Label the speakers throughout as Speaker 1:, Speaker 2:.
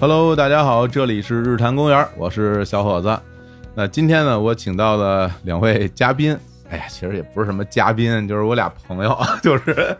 Speaker 1: Hello，大家好，这里是日坛公园，我是小伙子。那今天呢，我请到了两位嘉宾。哎呀，其实也不是什么嘉宾，就是我俩朋友， 就是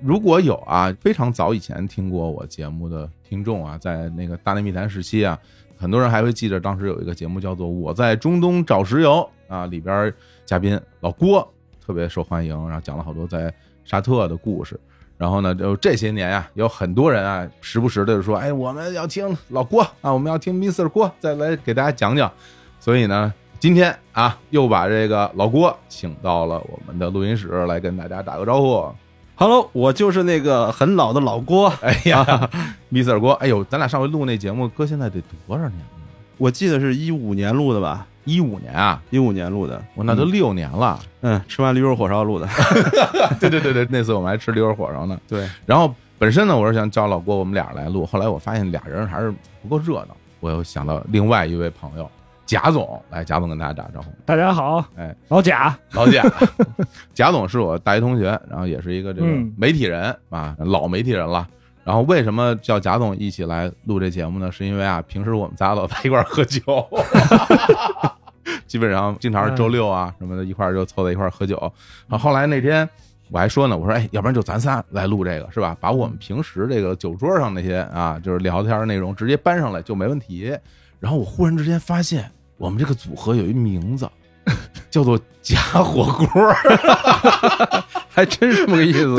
Speaker 1: 如果有啊，非常早以前听过我节目的听众啊，在那个大内密谈时期啊，很多人还会记得当时有一个节目叫做《我在中东找石油》啊，里边嘉宾老郭特别受欢迎，然后讲了好多在沙特的故事。然后呢，就这些年啊，有很多人啊，时不时的就说，哎，我们要听老郭啊，我们要听 Mr 郭，再来给大家讲讲。所以呢，今天啊，又把这个老郭请到了我们的录音室来跟大家打个招呼。
Speaker 2: Hello，我就是那个很老的老郭，
Speaker 1: 哎呀，Mr 郭，哎呦，咱俩上回录那节目，哥现在得多少年了？
Speaker 2: 我记得是一五年录的吧？
Speaker 1: 一五年啊，
Speaker 2: 一五年录的，
Speaker 1: 我那都六年了。
Speaker 2: 嗯，吃完驴肉火烧录的。
Speaker 1: 对对对对，那次我们还吃驴肉火烧呢。
Speaker 2: 对，
Speaker 1: 然后本身呢，我是想叫老郭我们俩来录，后来我发现俩人还是不够热闹，我又想到另外一位朋友贾总，来贾总跟大家打个招呼。
Speaker 3: 大家好，
Speaker 1: 哎，
Speaker 3: 老贾，
Speaker 1: 老贾，啊 贾总是我大学同学，然后也是一个这个
Speaker 3: 嗯
Speaker 1: 媒体人啊，老媒体人了。然后为什么叫贾总一起来录这节目呢？是因为啊，平时我们仨老在一块儿喝酒， 基本上经常是周六啊什么的，一块儿就凑在一块儿喝酒。然后后来那天我还说呢，我说哎，要不然就咱仨来录这个是吧？把我们平时这个酒桌上那些啊，就是聊天内容直接搬上来就没问题。然后我忽然之间发现，我们这个组合有一名 字，叫做“假火锅”。
Speaker 2: 还真是这么个 意思。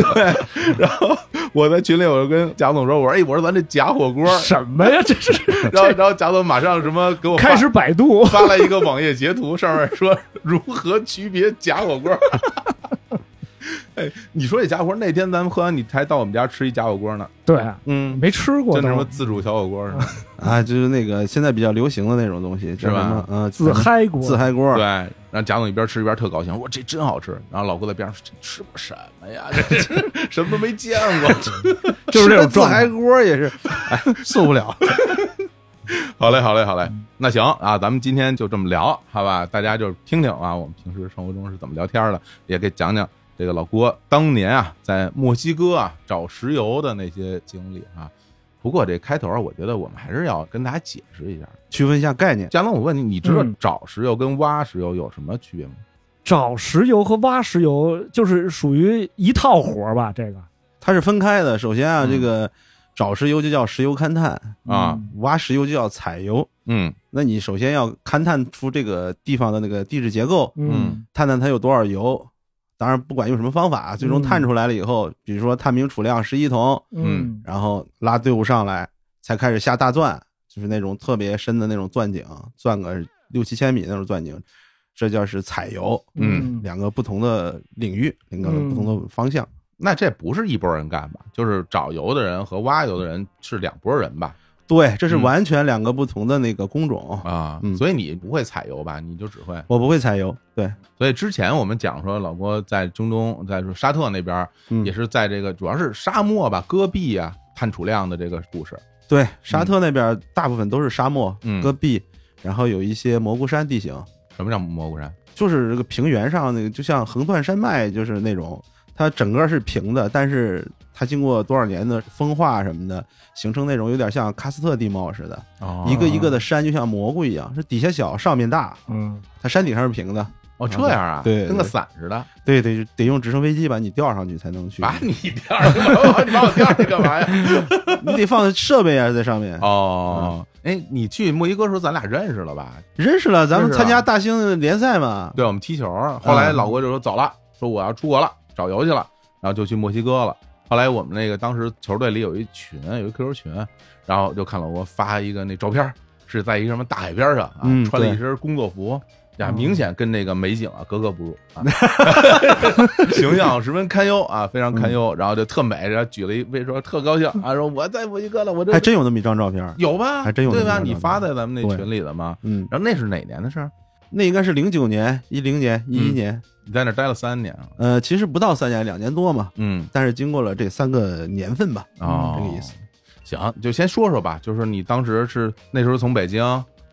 Speaker 1: 然后我在群里我就跟贾总说，我说哎，我说咱这假火锅，
Speaker 3: 什么呀？这是
Speaker 1: 然后然后贾总马上什么 给我发，
Speaker 3: 开始百度
Speaker 1: 发了一个网页截图，上面说如何区别假火锅。 哎，你说这假火锅，那天咱们喝完你还到我们家吃一假火锅呢，
Speaker 3: 对，
Speaker 1: 嗯，
Speaker 3: 没吃过
Speaker 1: 真的什么
Speaker 3: 都，
Speaker 1: 自助小火锅是吧？
Speaker 2: 啊，就是那个现在比较流行的那种东西，叫
Speaker 1: 是吧
Speaker 2: 什么？嗯，
Speaker 3: 自嗨过，
Speaker 2: 自嗨锅
Speaker 1: 对，，然后贾总一边吃一边特高兴，我这真好吃。然后老郭在边上说这吃过什么呀？这这 什么都没见过。
Speaker 2: 就是这
Speaker 3: 吃
Speaker 2: 种
Speaker 3: 个
Speaker 2: 自
Speaker 3: 状态
Speaker 2: 嗨锅也是， 哎，受不了。
Speaker 1: 好嘞，好嘞，好嘞。那行啊，咱们今天就这么聊，好吧？大家就听听啊，我们平时生活中是怎么聊天的，也给讲讲这个老郭当年啊在墨西哥啊找石油的那些经历啊。不过这开头啊，我觉得我们还是要跟大家解释一下。
Speaker 2: 区分一下概念，
Speaker 1: 嘉龙，我问你，你知道
Speaker 3: 嗯
Speaker 1: 找石油跟挖石油有什么区别吗？
Speaker 3: 找石油和挖石油就是属于一套活儿吧？这个
Speaker 2: 它是分开的。首先啊，
Speaker 1: 嗯
Speaker 2: 这个找石油就叫石油勘探，
Speaker 1: 啊，
Speaker 3: 嗯
Speaker 2: 挖石油就叫采油。
Speaker 1: 嗯
Speaker 2: 那你首先要勘探出这个地方的那个地质结构，
Speaker 1: 嗯
Speaker 3: 嗯
Speaker 2: 探探它有多少油。当然，不管用什么方法，啊最终
Speaker 3: 嗯
Speaker 2: 探出来了以后，比如说探明储量十一桶，
Speaker 1: 嗯
Speaker 3: 嗯
Speaker 2: 然后拉队伍上来，才开始下大钻，就是那种特别深的那种钻井，钻个六七千米那种钻井，这叫是采油。
Speaker 1: 嗯
Speaker 2: 两个不同的领域，两个不同的方向。
Speaker 1: 那这不是一拨人干吧？就是找油的人和挖油的人是两拨人吧？
Speaker 2: 对，这是
Speaker 1: 嗯
Speaker 2: 完全两个不同的那个工种。
Speaker 1: 啊，
Speaker 2: 嗯
Speaker 1: 所以你不会采油吧？你就只会
Speaker 2: 我不会采油，对，
Speaker 1: 所以之前我们讲说，老郭在中东，在说沙特那边儿，
Speaker 2: 嗯
Speaker 1: 也是在这个主要是沙漠吧、戈壁啊、探储量的这个故事。
Speaker 2: 对，沙特那边大部分都是沙漠、
Speaker 1: 嗯
Speaker 2: 戈壁，然后有一些蘑菇山地形，
Speaker 1: 什么叫蘑菇山？
Speaker 2: 就是这个平原上那个，就像横断山脉，就是那种它整个是平的，但是它经过多少年的风化什么的，形成那种有点像喀斯特地貌似的，
Speaker 1: 哦
Speaker 2: 一个一个的山就像蘑菇一样，是底下小上面大，
Speaker 3: 嗯
Speaker 2: 它山顶上是平的。
Speaker 1: 哦，这样啊，
Speaker 2: 对对
Speaker 1: 跟个伞似的，
Speaker 2: 对对，得用直升飞机把你吊上去才 能去，
Speaker 1: 把你掉上去，把我你把我掉上去干嘛 呀？
Speaker 2: 你得放设备啊在上面。
Speaker 1: 哦，哎，你去墨西哥的时候，咱俩认识了吧？
Speaker 2: 认识了，咱们
Speaker 1: 认识了
Speaker 2: 参加大兴联赛嘛，
Speaker 1: 对，我们踢球儿。后
Speaker 2: 嗯
Speaker 1: 来老郭就说走了，说我要出国了，找油去了，然后就去墨西哥了。后来我们那个当时球队里有一群，有一 QQ 群，然后就看老郭发一个那照片儿，是在一个什么大海边儿上啊，
Speaker 2: 嗯
Speaker 1: 穿了一
Speaker 2: 对哦
Speaker 1: 身工作服。呀，
Speaker 3: 嗯
Speaker 1: 明显跟那个美景啊格格不入 啊，形象十分堪忧啊，非常堪
Speaker 2: 嗯
Speaker 1: 忧。然后就特美，然后举了一杯说特高兴啊，说我在墨西哥了，我这
Speaker 2: 还真有那么一张照片。
Speaker 1: 有吧，
Speaker 2: 还真有
Speaker 1: 对
Speaker 2: 那么
Speaker 1: 吧？
Speaker 2: 一张
Speaker 1: 你
Speaker 2: 照
Speaker 1: 发
Speaker 2: 片
Speaker 1: 在咱们那
Speaker 2: 对
Speaker 1: 群里的吗？
Speaker 2: 嗯，
Speaker 1: 然后那是哪年的事儿？
Speaker 2: 那应该是零九年、一零年、一一
Speaker 1: 嗯
Speaker 2: 年，
Speaker 1: 你在那儿待了三年啊？
Speaker 2: 呃，其实不到三年，两年多嘛。
Speaker 1: 嗯，
Speaker 2: 但是经过了这三个年份吧，嗯
Speaker 1: 哦，
Speaker 2: 这个意思。。
Speaker 1: 行，就先说说吧，就是你当时是那时候从北京，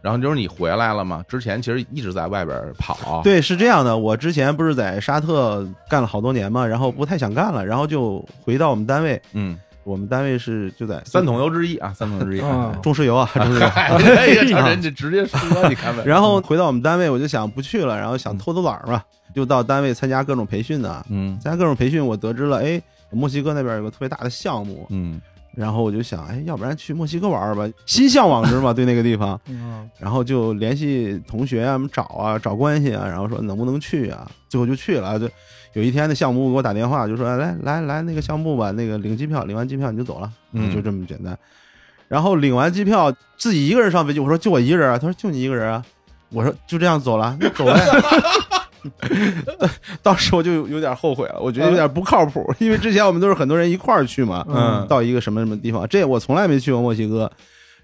Speaker 1: 然后就是你回来了嘛，之前其实一直在外边跑，，
Speaker 2: 对，是这样的，我之前不是在沙特干了好多年嘛，然后不太想干了，然后就回到我们单位。
Speaker 1: 嗯
Speaker 2: 我们单位是就在
Speaker 1: 三桶油之一啊， 三桶油之一。
Speaker 3: 啊
Speaker 2: 中石油啊，中石油。
Speaker 1: 哎呀，这人家直接说，你看吧。
Speaker 2: 然后回到我们单位，我就想不去了，然后想偷偷懒儿嘛，就到单位参加各种培训呢。
Speaker 1: 嗯
Speaker 2: 参加各种培训，我得知了，哎，墨西哥那边有个特别大的项目，
Speaker 1: 嗯
Speaker 2: 然后我就想，哎，要不然去墨西哥玩玩吧，心向往之嘛，对那个地方。
Speaker 3: 嗯
Speaker 2: 然后就联系同学啊，找啊，找关系啊，然后说能不能去啊，最后就去了。就有一天，那项目部给我打电话，就说来来来，那个项目部吧，那个领机票，领完机票你就走了，
Speaker 1: 嗯
Speaker 2: 就这么简单。然后领完机票，自己一个人上飞机，我说就我一个人啊，他说就你一个人啊，我说就这样走了，那走呗。 当时我就有有点后悔了，我觉得有点不靠谱，因为之前我们都是很多人一块儿去嘛，
Speaker 3: 嗯
Speaker 2: 到一个什么什么地方，这我从来没去过墨西哥，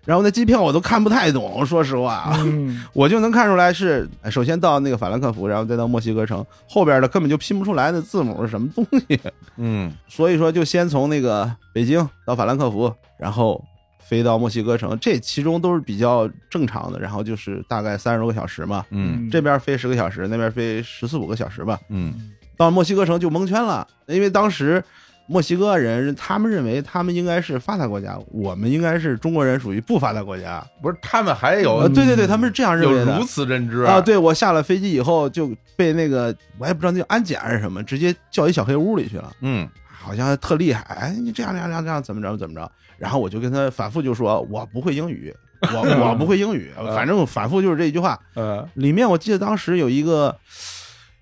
Speaker 2: 然后那机票我都看不太懂，说实话，
Speaker 1: 啊
Speaker 3: 嗯
Speaker 2: 我就能看出来是哎首先到那个法兰克福，然后再到墨西哥城，后边的根本就拼不出来那字母是什么东西，
Speaker 1: 嗯
Speaker 2: 所以说就先从那个北京到法兰克福，然后飞到墨西哥城，这其中都是比较正常的，然后就是大概三十多个小时嘛，
Speaker 1: 嗯
Speaker 2: 这边飞十个小时，那边飞十四五个小时吧，
Speaker 1: 嗯
Speaker 2: 到墨西哥城就蒙圈了，因为当时墨西哥人他们认为他们应该是发达国家，我们应该是中国人属于不发达国家。
Speaker 1: 不是他们还
Speaker 2: 呃，
Speaker 1: 有嗯
Speaker 2: 对对对，他们是这样认
Speaker 1: 有
Speaker 2: 为的。
Speaker 1: 如此认知
Speaker 2: 啊，，对我下了飞机以后就被那个我也不知道那叫安检还是什么，直接叫一小黑屋里去了，
Speaker 1: 嗯
Speaker 2: 好像特厉害。哎，你这样这样这样这样怎么着怎么着？然后我就跟他反复就说，我不会英语， 我我不会英语，
Speaker 1: 嗯
Speaker 2: 反正反复就是这一句话。
Speaker 1: 呃
Speaker 2: 里面我记得当时有一个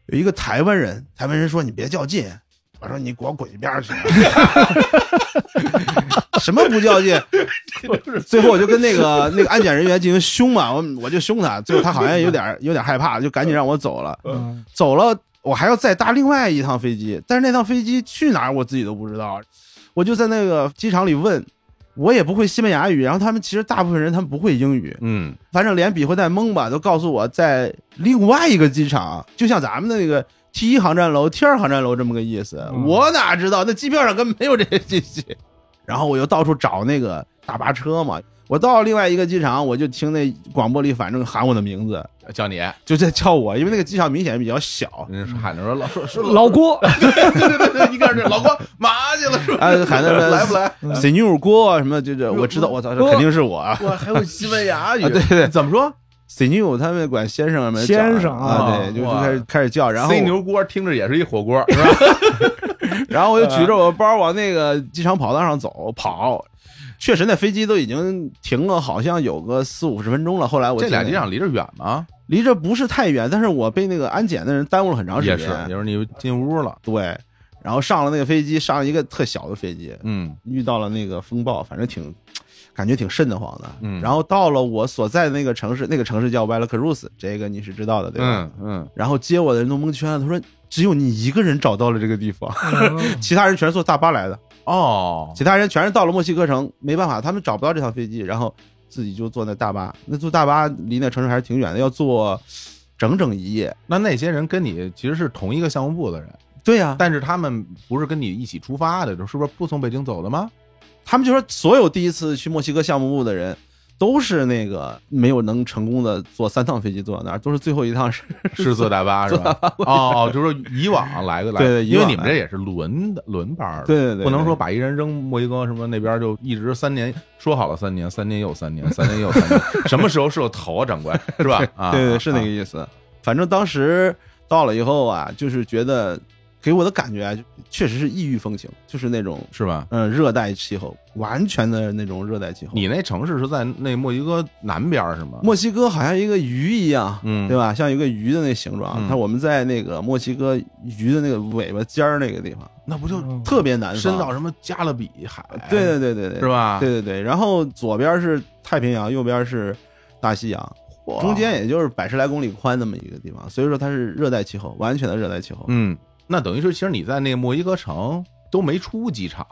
Speaker 2: 有一个台湾人，台湾人说你别较劲，我说你给我滚一边儿去。 什么不较劲？最后我就跟那个那个安检人员进行凶嘛，我我就凶他，最后他好像有点有点害怕，就赶紧让我走了。
Speaker 3: 嗯
Speaker 2: 走了，我还要再搭另外一趟飞机，但是那趟飞机去哪儿我自己都不知道，我就在那个机场里问，我也不会西班牙语，然后他们其实大部分人他们不会英语，
Speaker 1: 嗯
Speaker 2: 反正连比划带蒙吧，都告诉我在另外一个机场，就像咱们的那个 T 一航站楼、T 二航站楼这么个意思。
Speaker 3: 嗯
Speaker 2: 我哪知道？那机票上根本没有这些信息。然后我又到处找那个大巴车嘛，我到另外一个机场，我就听那广播里反正喊我的名字，
Speaker 1: 叫你，
Speaker 2: 就在叫我，因为那个机场明显比较 小，
Speaker 1: 人家喊着说老说说
Speaker 3: 老郭，
Speaker 1: 对对对对，一看这老郭嘛去了，说
Speaker 2: 啊，喊的
Speaker 1: 来不来？
Speaker 2: 水牛锅什么，就是我知道，我操，这肯定是我啊！
Speaker 1: 我还有西班牙语
Speaker 2: 啊对对
Speaker 1: 怎么说？
Speaker 2: 水牛他们管先生们叫
Speaker 3: 先生
Speaker 2: 啊，
Speaker 3: 啊
Speaker 2: 对，就就
Speaker 1: 哇
Speaker 2: 开始开始叫，然后
Speaker 1: 塞牛锅听着也是一火锅，是吧？
Speaker 2: 然后我就举
Speaker 1: 嗯
Speaker 2: 着我的包往那个机场跑道上走，跑。确实，那飞机都已经停了，好像有个四五十分钟了。后来我
Speaker 1: 这俩
Speaker 2: 记得
Speaker 1: 机场离着远吗？
Speaker 2: 离这不是太远，但是我被那个安检的人耽误了很长时
Speaker 1: 也
Speaker 2: 间。
Speaker 1: 是，也是你进屋了，
Speaker 2: 对，然后上了那个飞机，上了一个特小的飞机，
Speaker 1: 嗯
Speaker 2: 遇到了那个风暴，反正挺感觉挺瘆得慌的。
Speaker 1: 嗯
Speaker 2: 然后到了我所在的那个城市，那个城市叫 v a l a c r u z 这个你是知道的，对吧？
Speaker 1: 嗯嗯，
Speaker 2: 然后接我的人都蒙圈了，他说只有你一个人找到了这个地方， 其他人全是坐大巴来的。
Speaker 1: 哦，
Speaker 2: 其他人全是到了墨西哥城，没办法，他们找不到这趟飞机，然后自己就坐那大巴。那坐大巴离那城市还是挺远的，要坐整整一夜。
Speaker 1: 那那些人跟你其实是同一个项目部的人，
Speaker 2: 对啊呀、
Speaker 1: 但是他们不是跟你一起出发的，是不是不从北京走的 吗？
Speaker 2: 他们就说所有第一次去墨西哥项目部的人。都是那个没有能成功的坐三趟飞机坐到那儿，都是最后一趟是
Speaker 1: 是坐大巴是吧？哦哦，就是说以往来的来，
Speaker 2: 对对以
Speaker 1: 因
Speaker 2: 往
Speaker 1: 为
Speaker 2: 来
Speaker 1: 你们这也是轮的轮班儿的，
Speaker 2: 对对对，
Speaker 1: 不能
Speaker 2: 对
Speaker 1: 说把一人扔墨西哥什么那边就一直三年，说好了三年，三年又三 年，三年又三年，什么时候是有头啊，长官是吧？啊，
Speaker 2: 对对，是那
Speaker 1: 啊
Speaker 2: 个意思。反正当时到了以后啊，就是觉得给我的感觉啊，就确实是异域风情，就是那种
Speaker 1: 是吧？
Speaker 2: 嗯热带气候，完全的那种热带气候。
Speaker 1: 你那城市是在那墨西哥南边儿是吗？
Speaker 2: 墨西哥好像一个鱼一样，
Speaker 1: 嗯
Speaker 2: 对吧？像一个鱼的那形状。
Speaker 1: 嗯
Speaker 2: 它我们在那个墨西哥鱼的那个尾巴尖儿那个地方，
Speaker 1: 那不就
Speaker 3: 嗯
Speaker 2: 特别难
Speaker 1: 伸到什么加勒比海？
Speaker 2: 对对对对对，
Speaker 1: 是？吧？
Speaker 2: 对对对。然后左边是太平洋，右边是大西洋，
Speaker 1: 嚯
Speaker 2: 中间也就是百十来公里宽那么一个地方，所以说它是热带气候，完全的热带气候。
Speaker 1: 嗯，那等于是其实你在那个墨西哥城都没出机场，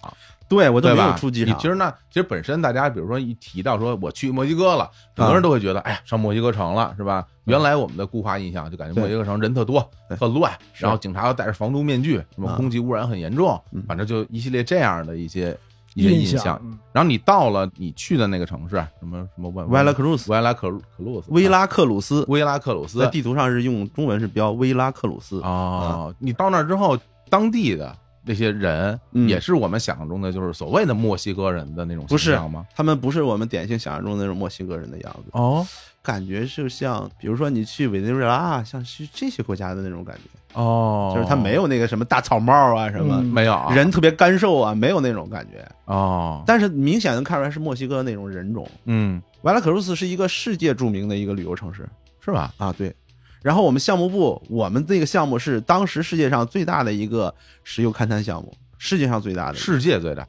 Speaker 2: 对我都
Speaker 1: 对
Speaker 2: 没有
Speaker 1: 吧？
Speaker 2: 出机
Speaker 1: 你
Speaker 2: 场
Speaker 1: 其，实那其实本身大家比如说一提到说我去墨西哥了，很
Speaker 2: 嗯
Speaker 1: 多人都会觉得哎呀上墨西哥城了是吧？原来我们的固化印象就感觉
Speaker 2: 对
Speaker 1: 墨西哥城人特多
Speaker 2: 对
Speaker 1: 特乱，
Speaker 2: 是
Speaker 1: 然后警察要戴着防毒面具，什么
Speaker 2: 啊
Speaker 1: 空气污染很严重
Speaker 2: 嗯，
Speaker 1: 反正就一系列这样的一些 一些印象。
Speaker 3: 嗯
Speaker 1: 然后你到了你去的那个城市，啊什么什么
Speaker 2: 维拉
Speaker 1: 克
Speaker 2: 克鲁斯，
Speaker 1: 维拉克鲁克鲁斯
Speaker 2: 维拉克鲁斯，
Speaker 1: 维拉克鲁斯
Speaker 2: 在
Speaker 1: 啊
Speaker 2: 地图上是用中文是标维拉克鲁斯。
Speaker 1: 哦，你到那儿之后，当地的那些人，
Speaker 2: 嗯
Speaker 1: 也是我们想象中的就是所谓的墨西哥人的那种形
Speaker 2: 不是
Speaker 1: 象吗？
Speaker 2: 他们不是我们典型想象中的那种墨西哥人的样子，
Speaker 1: 哦
Speaker 2: 感觉就像，比如说你去委内瑞拉，啊像去这些国家的那种感觉，
Speaker 1: 哦，
Speaker 2: 就是他没有那个什么大草帽啊什么
Speaker 3: 嗯，
Speaker 1: 没有啊
Speaker 2: 人特别干瘦啊，没有那种感觉，
Speaker 1: 哦，
Speaker 2: 但是明显能看出来是墨西哥那种人种。
Speaker 1: 嗯，
Speaker 2: 瓦拉克鲁斯是一个世界著名的一个旅游城市
Speaker 1: 是吧？
Speaker 2: 啊，对。然后我们项目部，我们这个项目是当时世界上最大的一个石油勘探项目，世界上最大的，
Speaker 1: 世界最大，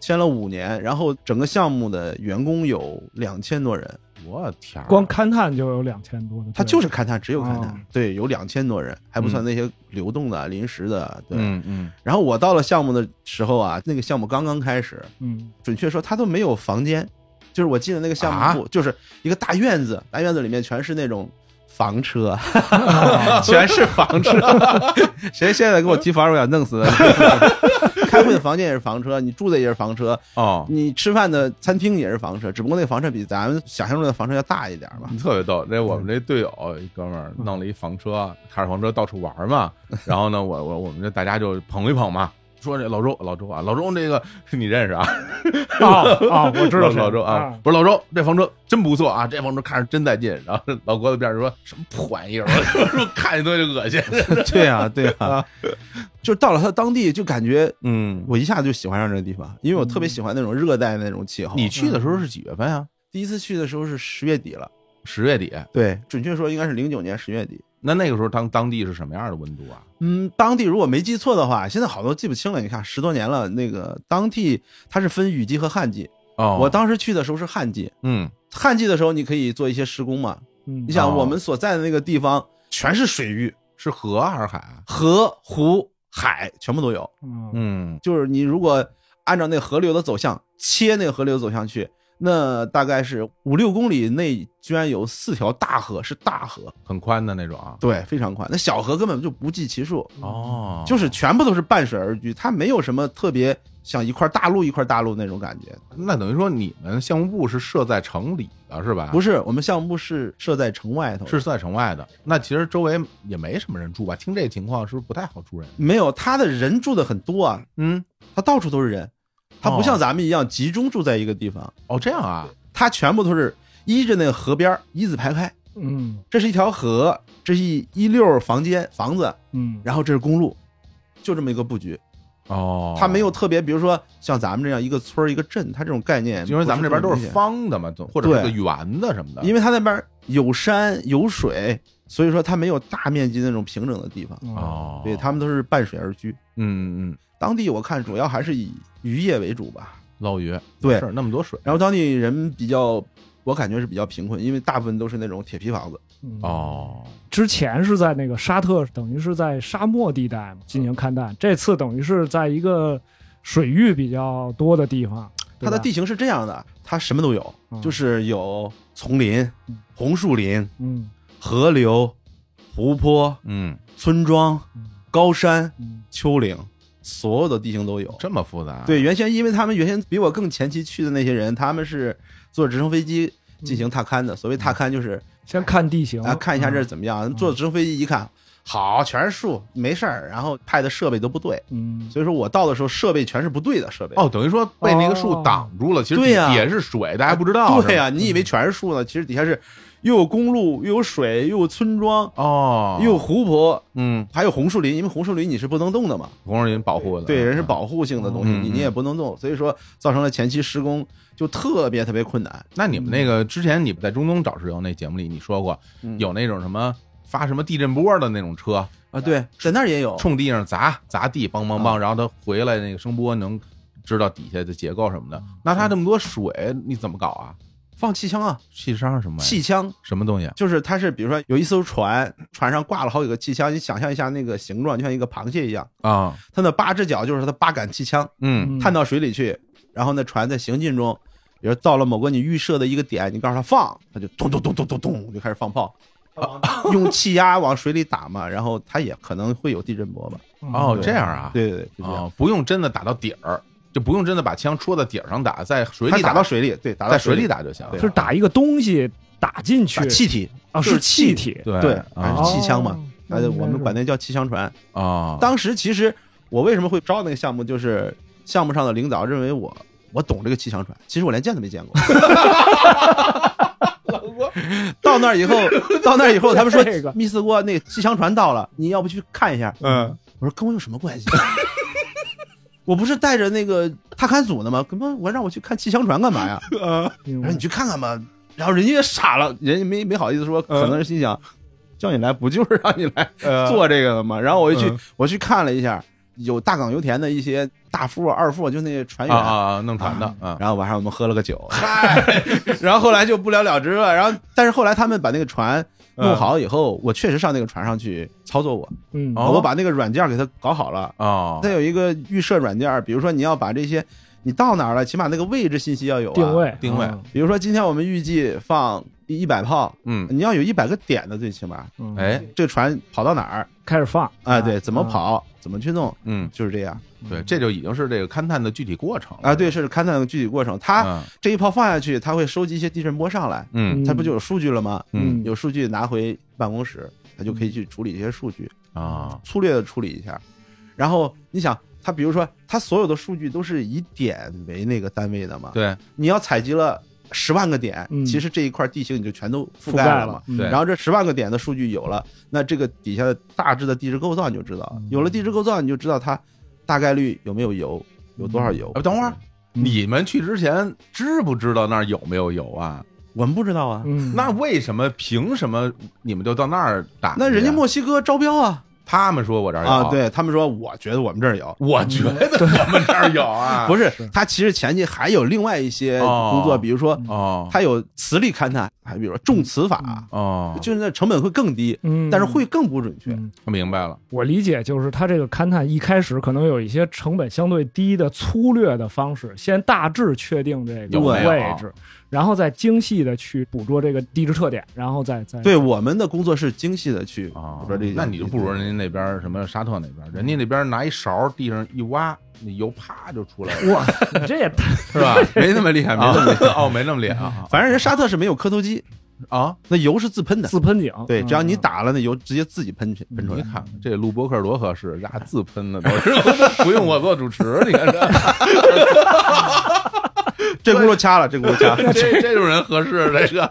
Speaker 2: 签了五年，然后整个项目的员工有两千多人，
Speaker 1: 我天儿，啊
Speaker 3: 光勘探就有两千多的，
Speaker 2: 他就是勘探，只有勘探，
Speaker 3: 哦
Speaker 2: 对，有两千多人，还不算那些流动的、临时的，对。
Speaker 1: 嗯 嗯，
Speaker 2: 然后我到了项目的时候啊，那个项目刚刚开始，
Speaker 3: 嗯
Speaker 2: 准确说，他都没有房间，就是我进的那个项目部，就是一个大院子，大院子里面全是那种房 车，
Speaker 3: 嗯
Speaker 2: 全是房车。 谁现在给我提房车，我想弄死他！ 开会的房间也是房车，你住的也是房车，
Speaker 1: 哦，
Speaker 2: 你吃饭的餐厅也是房车，只不过那个房车比咱们想象中的房车要大一点嘛。
Speaker 1: 你特别逗，这我们这队友一哥们儿弄了一房车，开着房车到处玩嘛。然后呢，我我我们就大家就捧一捧嘛，说这老周老周啊，老周这个 你认识啊？
Speaker 3: 啊啊，我知道
Speaker 1: 老老周啊，不是老周，这房车真不错啊，这房车看着真带劲。然后老郭在边上说什么破玩意儿，我说看见都就恶心。
Speaker 2: 对呀、对啊呀、 就到了他当地，就感觉
Speaker 1: 嗯，
Speaker 2: 我一下就喜欢上这个地方，因为我特别喜欢那种热带的那种气候。嗯
Speaker 1: 你去的时候是几月份啊？
Speaker 2: 第一次去的时候是十月底了。
Speaker 1: 十月底。
Speaker 2: 对，准确说应该是零九年十月底。
Speaker 1: 那那个时候当当地是什么样的温度啊？
Speaker 2: 嗯，当地如果没记错的话，现在好多记不清了。你看十多年了，那个当地它是分雨季和旱季。
Speaker 1: 哦
Speaker 2: 我当时去的时候是旱季，
Speaker 1: 嗯
Speaker 2: 旱季的时候你可以做一些施工嘛。
Speaker 3: 嗯
Speaker 2: 你想
Speaker 1: 哦
Speaker 2: 我们所在的那个地方全是水域，
Speaker 1: 是河还是海啊？
Speaker 2: 河、湖、海全部都有。
Speaker 3: 嗯
Speaker 1: 嗯
Speaker 2: 就是你如果按照那个河流的走向切那个河流走向去，那大概是五六公里内居然有四条大河，是大河，
Speaker 1: 很宽的那种啊。
Speaker 2: 对，非常宽。那小河根本就不计其数。
Speaker 1: 哦，
Speaker 2: 就是全部都是伴水而居，它没有什么特别像一块大陆一块大陆那种感觉。
Speaker 1: 那等于说你们项目部是设在城里的是吧？
Speaker 2: 不是，我们项目部是设在城外头，
Speaker 1: 是在城外的，那其实周围也没什么人住吧？听这情况是不是不太好住人？
Speaker 2: 没有它的人住的很多啊，
Speaker 1: 嗯，
Speaker 2: 它到处都是人，它
Speaker 1: 哦
Speaker 2: 不像咱们一样集中住在一个地方，
Speaker 1: 哦，这样啊，
Speaker 2: 它全部都是依着那个河边儿一字排开，
Speaker 3: 嗯
Speaker 2: 这是一条河，这是一一溜儿房间房子，
Speaker 3: 嗯，
Speaker 2: 然后这是公路。就这么一个布局，
Speaker 1: 哦，
Speaker 2: 它没有，特别，比如说像咱们这样一个村儿一个镇，它这种概念不
Speaker 1: 因为
Speaker 2: 特别明显，
Speaker 1: 咱们这边都是方的嘛，总或者
Speaker 2: 对
Speaker 1: 是个圆的什么的。
Speaker 2: 因为它那边有山有水，所以说它没有大面积那种平整的地方，
Speaker 3: 嗯，
Speaker 1: 哦，
Speaker 2: 对，他们都是伴水而居。
Speaker 1: 嗯嗯嗯，
Speaker 2: 当地我看主要还是以渔业为主吧，
Speaker 1: 捞鱼
Speaker 2: 对。
Speaker 1: 是那么多水，
Speaker 2: 然后当地人比较，我感觉是比较贫困，因为大部分都是那种铁皮房子。
Speaker 3: 嗯，
Speaker 1: 哦，
Speaker 3: 之前是在那个沙特，等于是在沙漠地带
Speaker 2: 嗯
Speaker 3: 嘛进行勘探，这次等于是在一个水域比较多的地方，对
Speaker 2: 它
Speaker 3: 吧
Speaker 2: 的地形是这样的，它什么都有，
Speaker 3: 嗯
Speaker 2: 就是有丛林
Speaker 3: 嗯、
Speaker 2: 红树林、
Speaker 3: 嗯
Speaker 2: 河流、湖泊、
Speaker 1: 嗯，
Speaker 2: 村庄、
Speaker 3: 嗯
Speaker 2: 高山、
Speaker 3: 嗯
Speaker 2: 丘陵，所有的地形都有。
Speaker 1: 这么复杂，，
Speaker 2: 对，原先因为他们原先比我更前期去的那些人，他们是坐直升飞机进
Speaker 1: 嗯
Speaker 2: 行踏勘的。所谓踏勘就是
Speaker 3: 先看地形
Speaker 2: 啊，看一下这儿，怎么
Speaker 1: 嗯
Speaker 2: 样。坐直升飞机一看，好，全是树，没事儿。然后派的设备都不对，
Speaker 3: 嗯，嗯
Speaker 2: 所以说我到的时候设备全是不对的设备。，
Speaker 1: 哦，等于说被那个树
Speaker 3: 哦
Speaker 1: 挡住了，其实
Speaker 2: 对呀啊
Speaker 1: 底下是水，大家不知道，
Speaker 2: 对
Speaker 1: 是吧嗯
Speaker 2: 呀、你以为全是树呢？其实底下是又有公路，又有水，又有村庄，
Speaker 1: 哦，
Speaker 2: 又有湖泊。
Speaker 1: 嗯，
Speaker 2: 还有红树林，因为红树林你是不能动的嘛，
Speaker 1: 红树林保护的，
Speaker 2: 对，人是
Speaker 1: 嗯，
Speaker 2: 保护性的东西，
Speaker 1: 嗯
Speaker 2: 你你也不能动，所以说造成了前期施工就特别特别困难。
Speaker 1: 那你们那个之前你们在中东找石油那节目里，你说过
Speaker 2: 嗯
Speaker 1: 有那种什么发什么地震波的那种车，
Speaker 2: 啊，对，在那儿也有，
Speaker 1: 冲地上砸砸地，梆梆梆，
Speaker 2: 啊
Speaker 1: 然后它回来那个声波能知道底下的结构什么
Speaker 2: 嗯
Speaker 1: 的。那它这么多水，你怎么搞啊？
Speaker 2: 放气枪啊，
Speaker 1: 气伤是什么玩意儿？
Speaker 2: 气枪
Speaker 1: 什么东西？啊
Speaker 2: 就是它是，比如说有一艘船，船上挂了好几个气枪，你想象一下那个形状，就像一个螃蟹一样，
Speaker 1: 啊，
Speaker 2: 它那八只脚就是它的八杆气枪，
Speaker 1: 嗯，
Speaker 3: 嗯
Speaker 2: 探到水里去，然后那船在行进中，比如到了某个你预设的一个点，你告诉它放，它就咚咚咚咚咚咚就开始放炮。 用气压往水里打嘛，然后它也可能会有地震波吧？
Speaker 3: 嗯
Speaker 1: 哦，
Speaker 2: 嗯对
Speaker 1: 这样啊，
Speaker 2: 对对对，就这样。
Speaker 1: 哦，不用真的打到底儿，就不用真的把枪戳到底儿上打，在水
Speaker 2: 它
Speaker 1: 里
Speaker 2: 打
Speaker 1: 打
Speaker 2: 到，水里，对，打到
Speaker 1: 在水里
Speaker 2: 打，
Speaker 1: 打就行。
Speaker 2: 对
Speaker 3: 是打一个东西打进去
Speaker 2: 打气体，
Speaker 3: 啊，
Speaker 2: 就是
Speaker 3: 是
Speaker 2: 气
Speaker 3: 气体，
Speaker 1: 对
Speaker 2: 对，
Speaker 1: 啊
Speaker 2: 还是气枪嘛
Speaker 3: 哦。
Speaker 2: 呃，我们管那叫气枪船。
Speaker 1: 啊，
Speaker 2: 当时其实我为什么会招那个项目？就是项目上的领导认为我我懂这个气象船，其实我连见都没见过。到那儿以后，到那儿以后，他们说
Speaker 3: 这个
Speaker 2: 密斯锅那个气象船到了，你要不去看一下？
Speaker 1: 嗯，
Speaker 2: 我说跟我有什么关系？ 我不是带着那个踏勘组呢吗？怎么我让我去看气象船干嘛呀？
Speaker 3: 明
Speaker 2: 我
Speaker 3: 白
Speaker 2: 哎说你去看看吧。然后人家也傻了，人家没没好意思说，可能是心想，叫你来不就是让你来
Speaker 1: 呃
Speaker 2: 做这个的吗？然后我就去、
Speaker 1: 嗯
Speaker 2: 我去看了一下，有大港油田的一些大副、二副，就那船
Speaker 1: 啊
Speaker 2: 员。
Speaker 1: 啊啊，弄船的啊，
Speaker 2: 然后晚上我们喝了个酒， 然后后来就不了了之了。然后但是后来他们把那个船弄好以后，我确实上那个船上去操作过，
Speaker 3: 嗯
Speaker 1: 哦
Speaker 2: 我把那个软件给它搞好了。
Speaker 1: 哦
Speaker 2: 它，有一个预设软件，比如说你要把这些你到哪儿了，起码那个位置信息要有、啊、
Speaker 3: 定位
Speaker 1: 定位
Speaker 3: 嗯
Speaker 2: 比如说今天我们预计放一百炮，
Speaker 1: 嗯，
Speaker 2: 你要有一百个点的，最起码
Speaker 3: 嗯
Speaker 1: 哎，
Speaker 2: 这船跑到哪儿
Speaker 3: 开始放
Speaker 2: 啊？对，怎么跑，怎么去弄，
Speaker 1: 嗯，
Speaker 2: 就是这样
Speaker 1: 对，这就已经是这个勘探的具体过程了
Speaker 2: 啊。对，，是啊勘探的具体过程。它
Speaker 1: 嗯
Speaker 2: 这一炮放下去，它会收集一些地震波上来，
Speaker 1: 嗯
Speaker 2: 它不就有数据了吗？
Speaker 1: 嗯
Speaker 3: 嗯
Speaker 2: 有数据拿回办公室，它就可以去处理这些数据，
Speaker 1: 啊，
Speaker 2: 粗略的处理一下。然后你想，它比如说它所有的数据都是以点为那个单位的嘛？
Speaker 1: 对，啊
Speaker 2: 你要采集了十万个点，
Speaker 3: 嗯
Speaker 2: 其实这一块地形你就全都覆
Speaker 3: 覆盖
Speaker 2: 嘛。
Speaker 3: 了，嗯
Speaker 1: 对
Speaker 2: 然后这十万个点的数据有了，那这个底下的大致的地质构造你就知道了
Speaker 3: 嗯，
Speaker 2: 有了地质构造你就知道它大概率有没有油，有多少油。
Speaker 1: 哎等会儿
Speaker 3: 嗯
Speaker 1: 你们去之前知不知道那儿有没有油啊？
Speaker 2: 我们不知道啊，
Speaker 3: 嗯，
Speaker 1: 那为什么凭什么你们就到那儿打去啊？
Speaker 2: 那人家墨西哥招标啊
Speaker 1: 他们说我这儿有
Speaker 2: 啊，，对他们说，我觉得我们这儿有，
Speaker 1: 我觉得我们这儿有啊，
Speaker 2: 不
Speaker 1: 是
Speaker 2: 是
Speaker 3: 是
Speaker 2: 他其实前期还有另外一些
Speaker 1: 哦
Speaker 2: 工作，比如说
Speaker 1: 哦
Speaker 2: 他有磁力勘探，还比如说重磁法
Speaker 3: 嗯，
Speaker 1: 哦，
Speaker 2: 就是那成本会更低，
Speaker 3: 嗯，
Speaker 2: 但是会更不准确。
Speaker 3: 嗯
Speaker 1: 明白了，
Speaker 3: 我理解就是它这个勘探一开始可能有一些成本相对低的粗略的方式，先大致确定这个
Speaker 1: 有没有
Speaker 3: 位置，然后再精细的去捕捉这个地质特点，然后再再
Speaker 2: 对我们的工作是精细的去
Speaker 1: 啊
Speaker 2: 捕捉这些，
Speaker 1: 那你就不如人家那边儿什么沙特那边儿，人家那边儿拿一勺儿地上一挖，那油啪就出来了，
Speaker 3: 哇，你这也太
Speaker 1: 是 吧？没那么厉害，没那么厉害，哦，没那么厉害啊
Speaker 2: 反正人沙特是没有磕头机，
Speaker 1: 啊！
Speaker 2: 那油是自喷的。
Speaker 3: 自喷井，
Speaker 2: 对，只要你
Speaker 3: 嗯
Speaker 2: 打了那油，直接自己喷去喷出
Speaker 1: 你
Speaker 2: 来。
Speaker 1: 看这录播客多合适，人家自喷的都是， 不用我做主持，你看 这
Speaker 3: 嗯
Speaker 2: 这轱辘掐了，这轱辘掐 了。
Speaker 1: 这这种人合适这个。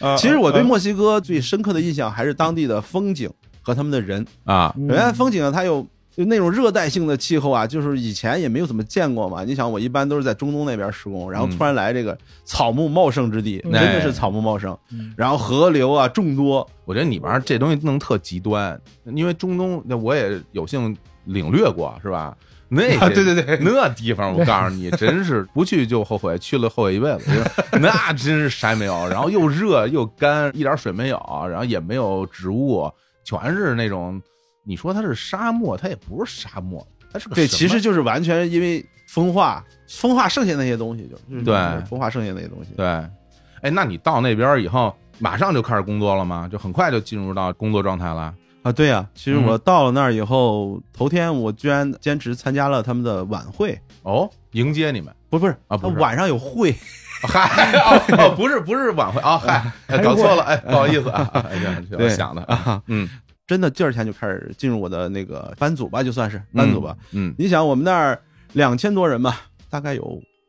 Speaker 1: 啊
Speaker 2: 其实我对
Speaker 3: 嗯
Speaker 2: 墨西哥最深刻的印象还是当地的风景和他们的人。
Speaker 1: 啊，
Speaker 3: 嗯
Speaker 2: 人家风景呢，它有就那种热带性的气候啊，就是以前也没有怎么见过嘛。你想，我一般都是在中东那边施工，然后突然来这个草木茂盛之地，
Speaker 3: 嗯
Speaker 2: 真的是草木茂盛
Speaker 3: 嗯，
Speaker 2: 然后河流啊众多。
Speaker 1: 我觉得你玩儿这东西弄特极端，因为中东那我也有幸领略过，是 吧？那些、
Speaker 2: 啊对对对
Speaker 1: 那地方我告 诉你，真是不去就后悔，去了后悔一辈子。 那真是啥也没有，然后又 热又干，一点水没有，然后也没有植物，全是那种你说它是沙漠，它也不是沙漠，它是个
Speaker 2: 对，
Speaker 1: 什么
Speaker 2: 其实就是完全因为风化，风化剩下那些东西就就是
Speaker 1: 对
Speaker 2: 风化剩下那些东西。
Speaker 1: 对。哎，那你到那边儿以后，马上就开始工作了吗？就很快就进入到工作状态了？
Speaker 2: 啊，对呀、其实
Speaker 1: 嗯
Speaker 2: 我到了那儿以后，头天我居然兼职参加了他们的晚会，
Speaker 1: 哦，迎接你们。
Speaker 2: 不是不是
Speaker 1: 啊不是
Speaker 2: 晚上有会，
Speaker 1: 嗨，哦，哦不是不是晚会啊，嗨， 哎搞错了，哎，不好意思啊，哎呀，这我
Speaker 2: 对啊
Speaker 1: 想的，嗯，
Speaker 2: 真的第二天就开始进入我的那个班组吧，就算是班组吧。
Speaker 1: 嗯，
Speaker 2: 你想我们那儿两千多人嘛，大概有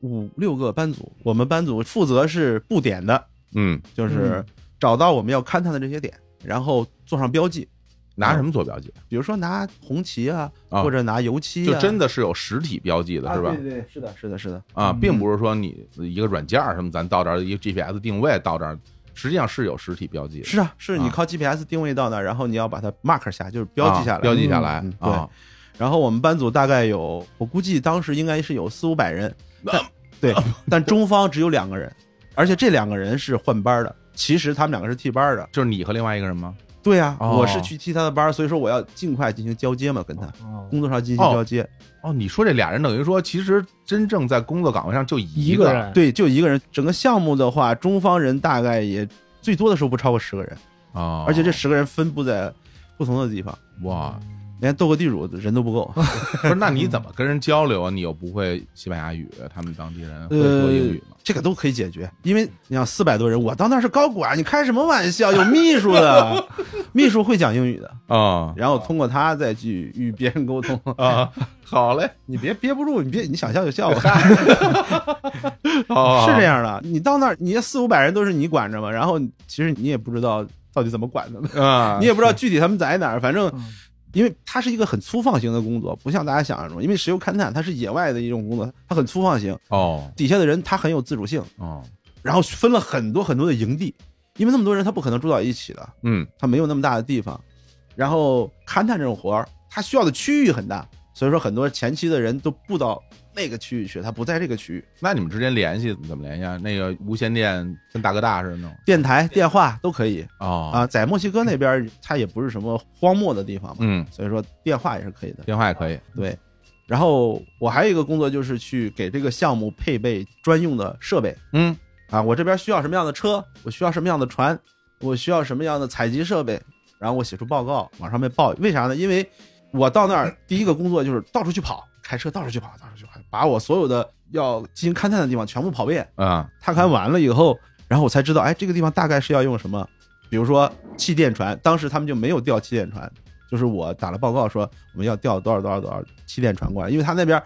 Speaker 2: 五六个班组，我们班组负责是布点的，
Speaker 1: 嗯嗯，
Speaker 2: 就是找到我们要勘探的这些点，然后做上标记，
Speaker 1: 拿什么做标记？
Speaker 2: 比如说拿红旗啊，
Speaker 1: 啊
Speaker 2: 或者拿油嗯漆、啊，啊
Speaker 1: 就真的是有实体标记的是吧？
Speaker 2: 对对，是的，是的，是的。
Speaker 1: 啊，
Speaker 3: 嗯
Speaker 1: 并不是说你一个软件儿什么，咱到这儿一个 GPS 定位到这儿，实际上是有实体标记的，
Speaker 2: 是啊，是
Speaker 1: 啊
Speaker 2: 你靠 GPS 定位到那儿，然后你要把它 mark 下，就是标记下来。
Speaker 1: 啊标记下来
Speaker 2: 嗯嗯
Speaker 1: 啊，
Speaker 2: 然后我们班组大概有，我估计当时应该是有四五百人，但对，
Speaker 1: 啊
Speaker 2: 但中方只有两个人，而且这两个人是换班的。其实他们两个是替班的。
Speaker 1: 就是你和另外一个人吗？
Speaker 2: 对呀、
Speaker 1: 哦
Speaker 2: 我是去替他的班，所以说我要尽快进行交接嘛，跟他
Speaker 3: 哦
Speaker 2: 工作上进行交接。
Speaker 1: 哦，你说这俩人等于说，其实真正在工作岗位上就
Speaker 3: 一
Speaker 1: 个
Speaker 3: 个，人
Speaker 2: 对，就一个人。整个项目的话，中方人大概也最多的时候不超过十个人，
Speaker 1: 啊，
Speaker 2: 而且这十个人分布在不同的地方。
Speaker 1: 哇，
Speaker 2: 连斗个地主人都不够。
Speaker 1: 不是，那你怎么跟人交流啊？你又不会西班牙语，他们当地人会说
Speaker 2: 呃
Speaker 1: 英语吗？，
Speaker 2: 这个都可以解决，因为你想四百多人，我到那儿是高管，你开什么玩笑？有秘书 的，秘书会讲英语的，
Speaker 1: 啊
Speaker 2: 然后通过他再去与别人沟通。
Speaker 1: 啊，好嘞，
Speaker 2: 你别憋不住，你别你想笑就笑吧，
Speaker 1: 哦，
Speaker 2: 是这样的。你到那儿，你四五百人都是你管着嘛，然后其实你也不知道到底怎么管他们，
Speaker 1: 啊，
Speaker 2: 你也不知道具体他们在哪儿，反正
Speaker 3: 嗯
Speaker 2: 因为它是一个很粗放型的工作，不像大家想象中，因为石油勘探它是野外的一种工作，它很粗放型，
Speaker 1: 哦
Speaker 2: 底下的人他很有自主性，
Speaker 1: 哦，
Speaker 2: 然后分了很多很多的营地，因为那么多人他不可能住到一起的，
Speaker 1: 嗯
Speaker 2: 他没有那么大的地方，然后勘探这种活儿，他需要的区域很大，所以说很多前期的人都布到那个区域去，他不在这个区域，
Speaker 1: 那你们之间联系怎么联系啊？那个无线电跟大哥大似的那种
Speaker 2: 电台、电话都可以
Speaker 1: 哦
Speaker 2: 啊，在墨西哥那边儿它也不是什么荒漠的地方嘛，
Speaker 1: 嗯，
Speaker 2: 所以说电话也是可以的。
Speaker 1: 电话也可以
Speaker 2: 对，然后我还有一个工作就是去给这个项目配备专用的设备
Speaker 1: 嗯
Speaker 2: 啊，我这边需要什么样的车，我需要什么样的船，我需要什么样的采集设备，然后我写出报告往上面报。为啥呢？因为我到那儿第一个工作就是到处去跑，开车到处去跑，到处去跑，把我所有的要进行勘探的地方全部跑遍。
Speaker 1: 啊
Speaker 2: 探勘完了以后，然后我才知道，哎，这个地方大概是要用什么，比如说气垫船，当时他们就没有调气垫船，就是我打了报告说我们要调多少多少多少气垫船过来，因为他那边。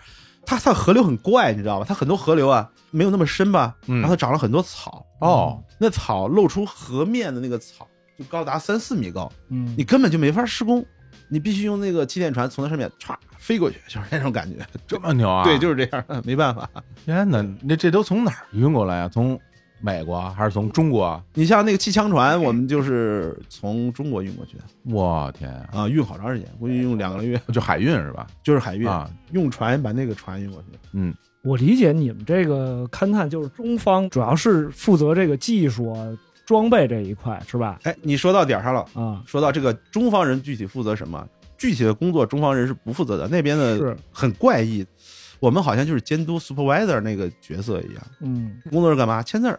Speaker 2: 它它河流很怪，你知道吧？它很多河流啊，没有那么深吧，
Speaker 1: 嗯
Speaker 2: 然后它长了很多草，
Speaker 1: 哦
Speaker 2: 那草露出河面的那个草，就高达三四米高，
Speaker 3: 嗯
Speaker 2: 你根本就没法施工，你必须用那个气垫船从那上面歘飞过去，就是那种感觉。
Speaker 1: 这么牛啊？
Speaker 2: 对，就是这样，没办法。
Speaker 1: 天哪，那这都从哪儿运过来啊？从美国啊还是从中国？
Speaker 2: 你像那个气枪船，我们就是从中国运过去的
Speaker 1: 我天啊，
Speaker 2: 啊，运好长时间，估计用两个月，
Speaker 1: 就海运是吧？
Speaker 2: 就是海运，
Speaker 1: 啊，
Speaker 2: 用船把那个船运过去。
Speaker 1: 嗯
Speaker 3: 我理解你们这个勘探就是中方主要是负责这个技术啊、装备这一块是吧？
Speaker 2: 哎，你说到点儿上了，
Speaker 3: 啊，
Speaker 2: 说到这个中方人具体负责什么，具体的工作中方人是不负责的，那边的
Speaker 3: 是，
Speaker 2: 很怪异。我们好像就是监督 supervisor 那个角色一样，
Speaker 3: 嗯，
Speaker 2: 工作是干嘛？签字儿，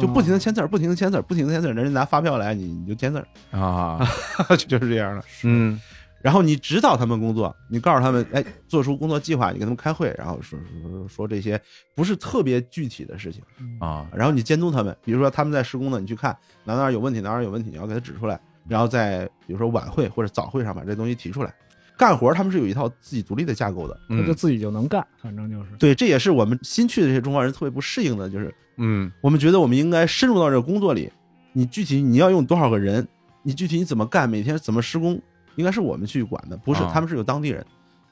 Speaker 2: 就不停的
Speaker 3: 啊
Speaker 2: 签字儿，不停的签字儿，不停的签字儿，人家拿发票来，你你就签字
Speaker 1: 啊，
Speaker 2: 儿， 就是这样的。
Speaker 1: 嗯
Speaker 2: 然后你指导他们工作，你告诉他们，哎，做出工作计划，你跟他们开会，然后说说说说这些不是特别具体的事情，
Speaker 1: 啊，
Speaker 2: 然后你监督他们，比如说他们在施工呢，你去看哪哪有问题，哪哪有问题，你要给他指出来，然后在比如说晚会或者早会上把这东西提出来。干活他们是有一套自己独立的架构的，
Speaker 3: 他就
Speaker 1: 嗯
Speaker 3: 自己就能干，反正就是，
Speaker 2: 对，这也是我们新去的这些中国人特别不适应的，就是
Speaker 1: 嗯
Speaker 2: 我们觉得我们应该深入到这个工作里。你具体你要用多少个人，你具体你怎么干，每天怎么施工，应该是我们去管的，不是
Speaker 1: 啊
Speaker 2: 他们是有当地人。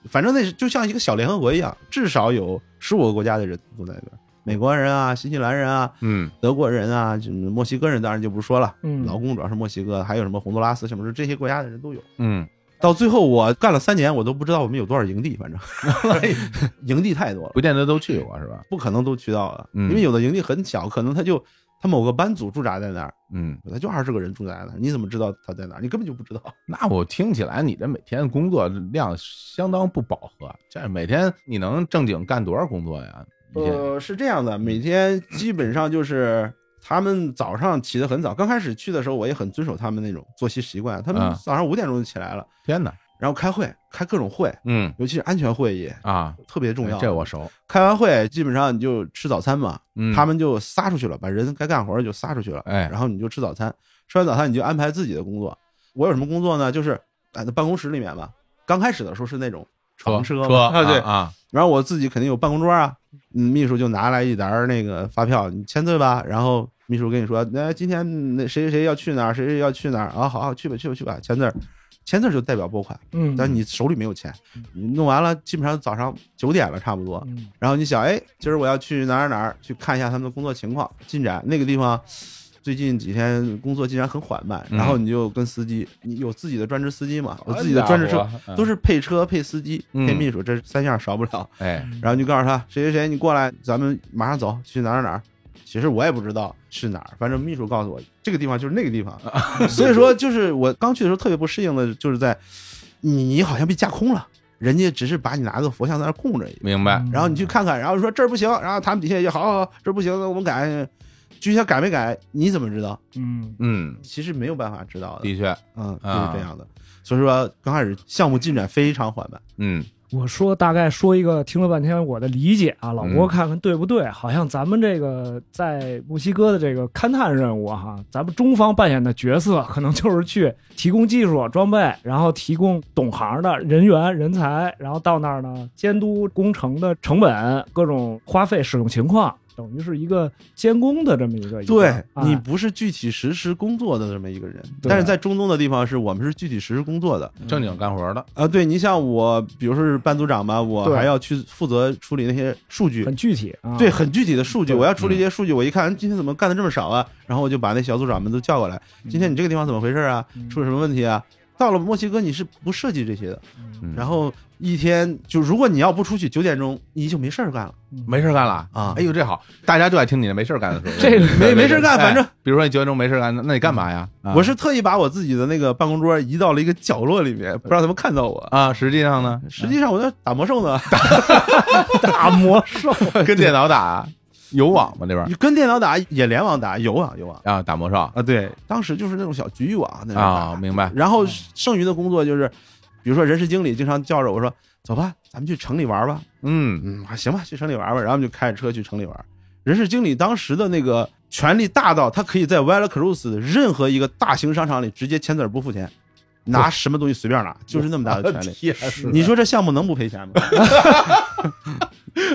Speaker 2: 反正那是就像一个小联合国一样，至少有十五个国家的人都在那边，美国人啊、新西兰人啊、
Speaker 1: 嗯
Speaker 2: 德国人啊、就是墨西哥人，当然就不说了。
Speaker 3: 嗯，
Speaker 2: 劳工主要是墨西哥，还有什么洪都拉斯什么的，这些国家的人都有。
Speaker 1: 嗯，
Speaker 2: 到最后我干了三年，我都不知道我们有多少营地，反正 营地太多了。
Speaker 1: 不见得都去过是吧？
Speaker 2: 不可能都去到了，
Speaker 1: 嗯
Speaker 2: 因为有的营地很小，可能他就他某个班组驻扎在那儿，
Speaker 1: 嗯，
Speaker 2: 他就二十个人驻扎在那儿，你怎么知道他在哪儿？你根本就不知道。
Speaker 1: 那我听起来你这每天工作量相当不饱和，这每天你能正经干多少工作呀？一天
Speaker 2: 呃，是这样的，
Speaker 1: 嗯
Speaker 2: 每天基本上就是他们早上起得很早，刚开始去的时候我也很遵守他们那种作息习惯，他们
Speaker 1: 嗯
Speaker 2: 早上五点钟就起来了，
Speaker 1: 天哪，
Speaker 2: 然后开会，开各种会，
Speaker 1: 嗯
Speaker 2: 尤其是安全会议，
Speaker 1: 啊，
Speaker 2: 特别重要。
Speaker 1: 这我熟，
Speaker 2: 开完会基本上你就吃早餐嘛，
Speaker 1: 嗯，
Speaker 2: 他们就撒出去了，把人该干活儿就撒出去了，
Speaker 1: 哎
Speaker 2: 然后你就吃早餐，吃完早餐你就安排自己的工作。我有什么工作呢？就是啊，那办公室里面吧，刚开始的时候是那种床
Speaker 1: 车
Speaker 2: 车嘛
Speaker 1: 啊
Speaker 2: 对，
Speaker 1: 啊，
Speaker 2: 然后我自己肯定有办公桌啊，嗯，秘书就拿来一沓儿那个发票，你签字吧，然后。秘书跟你说，那、今天那谁谁谁要去哪儿，谁谁要去哪儿啊？好好去吧，去吧，去吧，签字儿，签字儿就代表拨款，
Speaker 3: 嗯，
Speaker 2: 但你手里没有钱，你弄完了，基本上早上九点了，差不多，
Speaker 3: 嗯
Speaker 2: 然后你想，哎，今儿我要去哪儿哪儿哪儿去看一下他们的工作情况进展，那个地方最近几天工作进展很缓慢，
Speaker 1: 嗯
Speaker 2: 然后你就跟司机，你有自己的专职司机嘛，有自己的专职车，
Speaker 1: 车
Speaker 2: 都
Speaker 1: 是
Speaker 2: 是配车配司机
Speaker 1: 嗯
Speaker 2: 配秘书，这三项少不了。
Speaker 1: 哎，
Speaker 2: 然后你就告诉他谁谁谁，你过来，咱们马上走去哪儿哪儿哪儿。其实我也不知道是哪儿，反正秘书告诉我这个地方就是那个 地方，所以说就是我刚去的时候特别不适应的，就是在你你好像被架空了，人家只是把你拿个佛像在那儿供着一样。
Speaker 1: 明白，
Speaker 3: 嗯
Speaker 2: 然后你去看看，然后说这儿不行，然后他们底下也好好好，这儿不行，我们改。具体它改没改，你怎么知道？
Speaker 3: 嗯
Speaker 1: 嗯，
Speaker 2: 其实没有办法知道的，
Speaker 1: 的确，
Speaker 2: 嗯，就
Speaker 1: 啊
Speaker 2: 是这样的。所以说刚开始项目进展非常缓慢，
Speaker 1: 嗯，
Speaker 3: 我说大概说一个，听了半天我的理解啊，老
Speaker 1: 嗯
Speaker 3: 郭看看对不对？好像咱们这个在墨西哥的这个勘探任务啊哈、咱们中方扮演的角色可能就是去提供技术装备，然后提供懂行的人员人才，然后到那儿呢监督工程的成本、各种花费使用情况，等于是一个监工的这么一个。
Speaker 2: 对
Speaker 3: 哎
Speaker 2: 你不是具体实施工作的这么一个人，
Speaker 3: 对
Speaker 2: 但是在中东的地方是我们是具体实施工作的。
Speaker 1: 正经干活的，
Speaker 2: 啊，对你像我，比如说是班组长吧，我
Speaker 3: 对
Speaker 2: 还要去负责处理那些数据
Speaker 3: 很，具体啊，
Speaker 2: 对，很具体的数据，
Speaker 3: 对嗯
Speaker 2: 我要处理一些数据。我一看哎今天怎么干的这么少啊，然后我就把那小组长们都叫过来，今天你这个地方怎么回事啊？
Speaker 3: 嗯
Speaker 2: 出了什么问题啊？到了墨西哥你是不涉及这些的，
Speaker 3: 嗯
Speaker 1: 嗯
Speaker 2: 然后一天就如果你要不出去，九点钟你就没事儿干了。
Speaker 1: 没事儿干了
Speaker 2: 啊
Speaker 3: 嗯
Speaker 1: 哎呦，这好，大家就爱听你的没事儿干的时候，
Speaker 3: 这个
Speaker 2: 没没事儿干
Speaker 1: 哎
Speaker 2: 反正
Speaker 1: 比如说你九点钟没事儿干，那那你干嘛呀？啊
Speaker 2: 我是特意把我自己的那个办公桌移到了一个角落里面，不让他们看到我。
Speaker 1: 啊，实际上 呢，
Speaker 2: 实际上我在打魔兽呢，
Speaker 3: 大魔 兽，
Speaker 1: 跟电脑打，有网吗？那边
Speaker 3: 嗯
Speaker 1: 儿
Speaker 2: 跟电脑打也联网打，有网有网
Speaker 1: 啊，打魔兽
Speaker 2: 啊。对，当时就是那种小局域网那种打
Speaker 1: 啊，明 白
Speaker 2: 然后剩余的工作就是，比如说人事经理经常叫着我说：“走吧，咱们去城里玩吧。”
Speaker 1: 嗯
Speaker 2: 嗯，啊行吧，去城里玩吧。然后我们就开着车去城里玩。人事经理当时的那个权力大到，他可以在 v a l a Cruz 的任何一个大型商场里直接签字儿不付钱，拿什么东西随便拿，就是那么大的权 力。
Speaker 1: 天哪
Speaker 2: 你说这项目能不赔钱吗？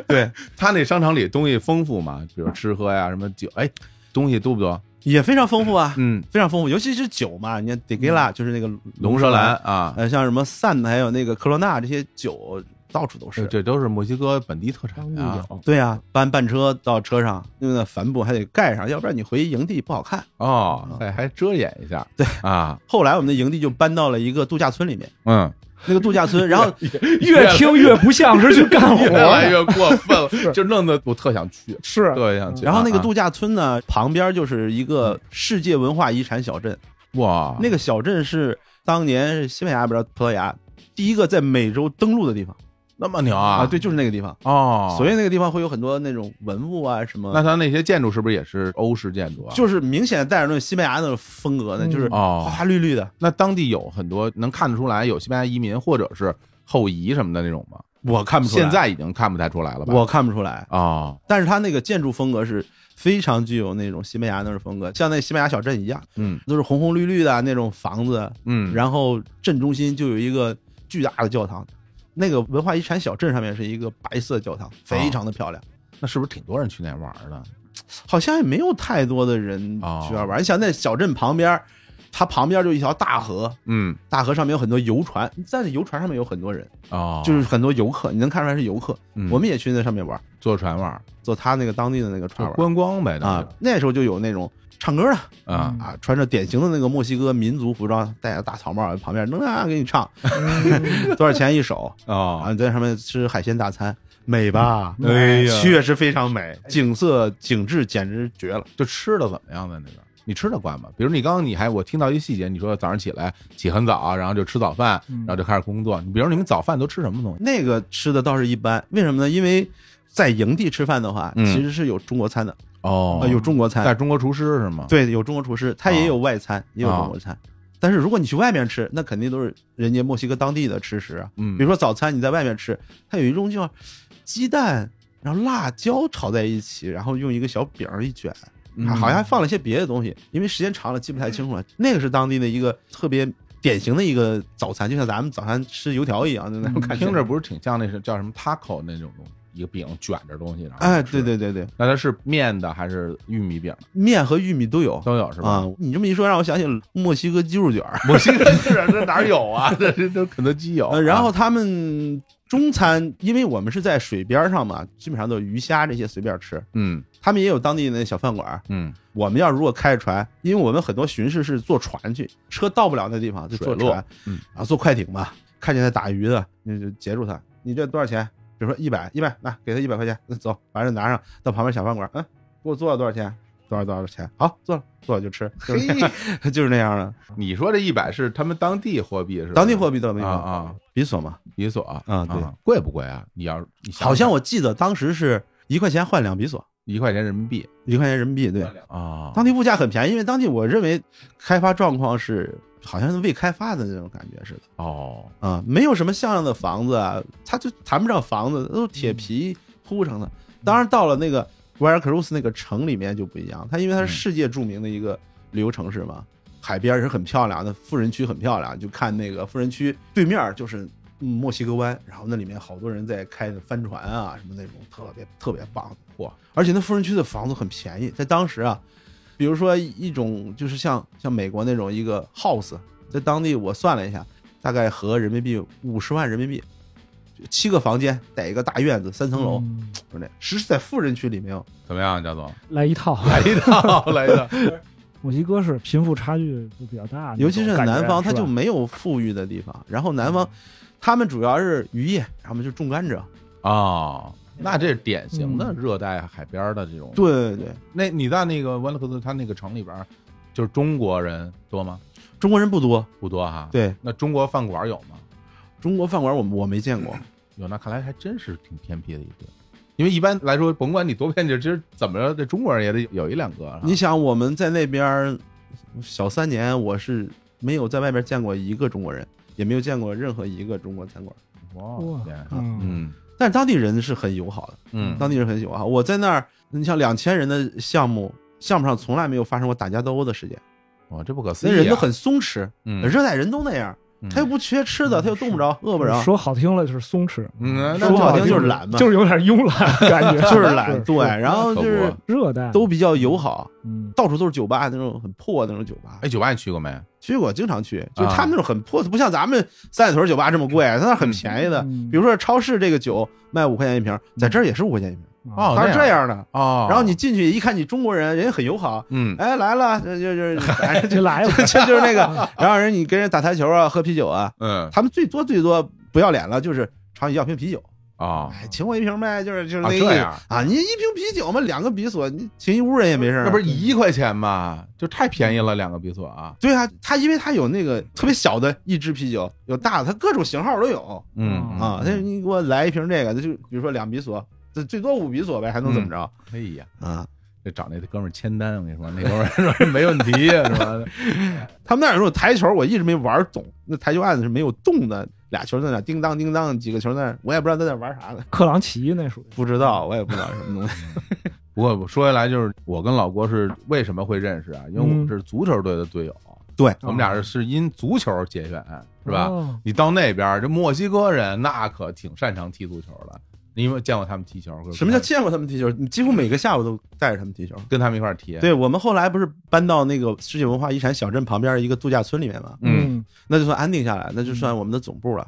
Speaker 2: 对，
Speaker 1: 他那商场里东西丰富嘛，比如吃喝
Speaker 2: 嗯
Speaker 1: 呀，什么酒，哎，东西多不多？
Speaker 2: 也非常丰富啊，
Speaker 1: 嗯，
Speaker 2: 非常丰富，尤其是酒嘛，你看 d e g i l a 就是那个
Speaker 1: 龙舌兰，啊，
Speaker 2: 呃，像什么 San 还有那个科罗娜这些酒到处都是
Speaker 1: 这。这都是墨西哥本地特产
Speaker 3: 张
Speaker 1: 啊。
Speaker 3: 有，
Speaker 2: 对呀、搬半车到车上，用那帆布还得盖上，要不然你回营地不好看。
Speaker 1: 哦，还还遮掩一下，
Speaker 2: 嗯对
Speaker 1: 啊，
Speaker 2: 后来我们的营地就搬到了一个度假村里面，
Speaker 1: 嗯，
Speaker 2: 那个度假村，然 后
Speaker 3: 越听越不像是去干活
Speaker 1: 越来
Speaker 3: 的，
Speaker 1: 越过分 了，就弄得我特想去，
Speaker 3: 是嗯
Speaker 1: 特别想去。
Speaker 2: 然后那个
Speaker 1: 啊
Speaker 2: 度假村呢，旁边就是一个世界文化遗产小镇，
Speaker 1: 哇，
Speaker 2: 那个小镇是当年西班牙不知道葡萄牙第一个在美洲登陆的地方
Speaker 1: 那么牛
Speaker 2: 啊，
Speaker 1: 啊，
Speaker 2: 对，就是那个地方。
Speaker 1: 哦，
Speaker 2: 所以那个地方会有很多那种文物啊，什么
Speaker 1: 那他那些建筑是不是也是欧式建筑啊？
Speaker 2: 就是明显带着那种西班牙那种风格呢，
Speaker 3: 嗯
Speaker 2: 就是花
Speaker 1: 哦，
Speaker 2: 花绿绿的。
Speaker 1: 那当地有很多能看得出来有西班牙移民或者是后移什么的那种吗？
Speaker 2: 我看不出来，
Speaker 1: 现在已经看不太出来了吧？
Speaker 2: 我看不出来，
Speaker 1: 哦，
Speaker 2: 但是它那个建筑风格是非常具有那种西班牙那种风格，像那西班牙小镇一样，
Speaker 1: 嗯
Speaker 2: 都是红红绿绿的那种房子，
Speaker 1: 嗯，
Speaker 2: 然后镇中心就有一个巨大的教堂。那个文化遗产小镇上面是一个白色教
Speaker 1: 啊
Speaker 2: 堂，非常的漂亮，
Speaker 1: 那是不是挺多人去那玩儿的？
Speaker 2: 好像也没有太多的人
Speaker 1: 哦
Speaker 2: 去那儿玩。你想，那小镇旁边，它旁边就一条大河，
Speaker 1: 嗯，
Speaker 2: 大河上面有很多游船，在那游船上面有很多人，
Speaker 1: 哦，
Speaker 2: 就是很多游客，你能看出来是游客。
Speaker 1: 嗯
Speaker 2: 我们也去那上面玩，
Speaker 1: 坐船玩儿，
Speaker 2: 坐他那个当地的那个船
Speaker 1: 就
Speaker 2: 玩
Speaker 1: 观光呗，那
Speaker 2: 啊
Speaker 1: 就。
Speaker 2: 那时候就有那种唱歌的，
Speaker 1: 啊
Speaker 2: 啊，穿着典型的那个墨西哥民族服装，戴着大草帽，旁边能啊给你唱，
Speaker 1: 嗯
Speaker 2: 多少钱一首？
Speaker 1: 哦，
Speaker 2: 啊，在上面吃海鲜大餐，美吧？
Speaker 1: 哎呀
Speaker 2: 确实非常美，景色景致简直绝了。
Speaker 1: 就吃的怎么样在那边？你吃的惯吗？比如你刚刚你还我听到一细节，你说早上起来起很早，然后就吃早饭，
Speaker 3: 嗯
Speaker 1: 然后就开始工作。你比如你们早饭都吃什么东西？
Speaker 2: 那个吃的倒是一般，为什么呢？因为在营地吃饭的话，
Speaker 1: 嗯
Speaker 2: 其实是有中国餐的，
Speaker 1: 哦
Speaker 2: 啊，有中国
Speaker 1: 在哦
Speaker 2: 餐，
Speaker 1: 中国厨师是吗？
Speaker 2: 对，有中国厨师，他也有外餐，也有
Speaker 1: 啊
Speaker 2: 中国餐。但是如果你去外面吃，那肯定都是人家墨西哥当地的吃食啊。
Speaker 1: 嗯，
Speaker 2: 比如说早餐你在外面吃，它有一种叫鸡蛋，然后辣椒炒在一起，然后用一个小饼儿一卷，
Speaker 1: 嗯
Speaker 2: 还好像还放了一些别的东西，因为时间长了记不太清楚了。那个是当地的一个特别典型的一个早餐，就像咱们早餐吃油条一样的那种感觉。
Speaker 1: 听着不是挺像那是叫什么 taco 那种东西，一个饼卷着东西，然后
Speaker 2: 哎，
Speaker 1: 吃
Speaker 2: 对，对对对，
Speaker 1: 那它是面的还是玉米饼的
Speaker 2: 面和玉米都有
Speaker 1: 都有是吧
Speaker 2: 啊？。你这么一说，让我想起墨西哥鸡肉卷儿。
Speaker 1: 我心里是这哪有 啊？这这这肯德基有啊。
Speaker 2: 呃，然后他们中餐，因为我们是在水边儿上嘛，基本上都是鱼虾这些随便吃。
Speaker 1: 嗯
Speaker 2: 他们也有当地的小饭馆儿，
Speaker 1: 嗯
Speaker 2: 我们要如果开着船，因为我们很多巡视是坐船去，车到不了那地方就坐
Speaker 1: 水路
Speaker 2: 船，
Speaker 1: 嗯
Speaker 2: 然后坐快艇吧，看见他打鱼的，你就截住他，你这多少钱？比如说一百，一百，来给他一百块钱，那走，把这拿上，到旁边小饭馆，嗯，给我做了多少钱？多少多少钱？好，做了，做了就吃，就
Speaker 1: 嘿
Speaker 2: 是， 就是那样的，
Speaker 1: 你说这一百是他们当地货币是吧？
Speaker 2: 当地货币倒没有
Speaker 1: 啊啊，
Speaker 2: 比索嘛，
Speaker 1: 比索
Speaker 2: 啊对，
Speaker 1: 贵不贵啊？你要你想
Speaker 2: 好像我记得当时是一块钱换两比索，
Speaker 1: 一块钱人民币
Speaker 2: 一块钱人民币，对，
Speaker 1: 啊
Speaker 2: 当地物价很便宜，因为当地我认为开发状况是好像是未开发的那种感觉似的
Speaker 1: 哦，
Speaker 2: 啊、没有什么像样的房子啊，它就谈不上房子，都是铁皮铺成的。当然到了那个维尔克鲁斯那个城里面就不一样，它因为它是世界著名的一个旅游城市嘛，海边也是很漂亮的，富人区很漂亮，就看那个富人区对面就是。嗯墨西哥湾，然后那里面好多人在开帆船啊，什么那种特别特别棒的货，而且那富人区的房子很便宜，在当时啊，比如说一种就是像像美国那种一个 house，在当地我算了一下，大概合人民币五十万人民币，就七个房间带一个大院子，三层楼，
Speaker 3: 嗯
Speaker 2: 就那实是在富人区里面哦，
Speaker 1: 怎么样，贾总？
Speaker 3: 来一套。
Speaker 1: 来一套，来一套，
Speaker 3: 墨西哥是贫富差距就比较大，
Speaker 2: 尤其
Speaker 3: 那
Speaker 2: 是
Speaker 3: 种感觉啊
Speaker 2: 南方，它
Speaker 3: 是吧
Speaker 2: 就没有富裕的地方。然后南方，他们主要是渔业，他们就种甘蔗。
Speaker 1: 哦，那这是典型的
Speaker 3: 嗯
Speaker 1: 热带海边的这种。，
Speaker 2: 对对对，
Speaker 1: 那你在那个湾克斯他那个城里边儿，就是中国人多吗？
Speaker 2: 中国人不多，
Speaker 1: 不多哈。，
Speaker 2: 对
Speaker 1: 那中国饭馆有吗？
Speaker 2: 中国饭馆我我没见过。
Speaker 1: 有，那看来还真是挺偏僻的一个。因为一般来说，甭管你多偏僻，其实怎么着，这中国人也得有一两个啊。
Speaker 2: 你想，我们在那边儿小三年，我是没有在外边见过一个中国人，也没有见过任何一个中国餐馆。
Speaker 1: 哇天啊，
Speaker 3: 嗯，
Speaker 1: 嗯
Speaker 2: 但是当地人是很友好的，
Speaker 1: 嗯，
Speaker 2: 当地人很友好。我在那儿，你像两千人的项目，项目上从来没有发生过打架斗殴的事件，
Speaker 1: 哇，这不可思
Speaker 2: 那
Speaker 1: 议啊，
Speaker 2: 人都很松弛，
Speaker 1: 嗯，
Speaker 2: 热带人都那样，
Speaker 1: 嗯
Speaker 2: 他又不缺吃的，
Speaker 3: 嗯
Speaker 2: 他又冻不着，饿不着，
Speaker 3: 说好听了就是松弛，
Speaker 1: 嗯，那
Speaker 2: 说好
Speaker 1: 这
Speaker 2: 听就是懒嘛，
Speaker 3: 就是有点慵 懒的感觉，
Speaker 2: 就是啊懒，哎对，
Speaker 3: 是
Speaker 2: 然后就是
Speaker 1: 可
Speaker 3: 热带
Speaker 2: 都比较友好，
Speaker 3: 嗯
Speaker 2: 到处都是酒吧那种很破的那种酒吧
Speaker 1: 哎，，酒吧你去过没？
Speaker 2: 去过经常去，就是
Speaker 1: 啊
Speaker 2: 他们那种很破，不像咱们三里屯酒吧这么贵，啊他那很便宜的，
Speaker 3: 嗯
Speaker 2: 比如说超市这个酒卖五块钱一瓶，在这儿也是五块钱一瓶，
Speaker 3: 啊
Speaker 1: 哦
Speaker 2: 它是
Speaker 1: 这
Speaker 2: 这样啊的。
Speaker 1: 哦，
Speaker 2: 然后你进去一看，你中国人，人家很友好，
Speaker 1: 嗯，
Speaker 2: 哎来了，就就 就反正就
Speaker 3: 就来了，
Speaker 2: 就就是那个，然后人你跟人打台球啊，喝啤酒啊，
Speaker 1: 嗯
Speaker 2: 他们最多最多不要脸了，就是朝你要瓶啤酒，
Speaker 1: 哦，
Speaker 2: 哎，请我一瓶呗，就是就是
Speaker 1: 啊
Speaker 2: 那个意
Speaker 1: 这
Speaker 2: 思
Speaker 1: 样
Speaker 2: 啊，你一瓶啤酒嘛，两个比索，你请一屋人也没事儿啊。
Speaker 1: 那不是一块钱吗？就太便宜了，两个比索啊，
Speaker 2: 对啊，它因为它有那个特别小的一支啤酒，有大的，它各种型号都有
Speaker 1: 嗯
Speaker 2: 啊。那你给我来一瓶这个，那就比如说两比索，这最多五比索呗，还能怎么着、
Speaker 1: 哎呀，
Speaker 2: 啊？
Speaker 1: 这找那哥们儿签单，我跟你说，那哥们儿说没问题，啊是吧？
Speaker 2: 他们那儿有那种台球，我一直没玩懂，那台球案子是没有动的，俩球在那叮当叮当，几个球在那，我也不知道在那玩啥呢，
Speaker 3: 克朗奇那属于
Speaker 2: 不知道，我也不知道什么东西。
Speaker 1: 不过说回来，就是我跟老郭是为什么会认识啊？因为我
Speaker 2: 嗯
Speaker 1: 们是足球队的队友，
Speaker 2: 对，
Speaker 1: 我们俩是是因足球结缘，是吧？
Speaker 3: 哦
Speaker 1: 你到那边儿，这墨西哥人那可挺擅长踢足球的，你有没有见过他们踢球？
Speaker 2: 什么叫见过他们踢球？你几乎每个下午都带着他们踢球。
Speaker 1: 跟他们一块儿踢？，
Speaker 2: 对我们后来不是搬到那个世界文化遗产小镇旁边一个度假村里面嘛，
Speaker 1: 嗯，
Speaker 3: 嗯
Speaker 2: 那就算安定下来，那就算我们的总部了。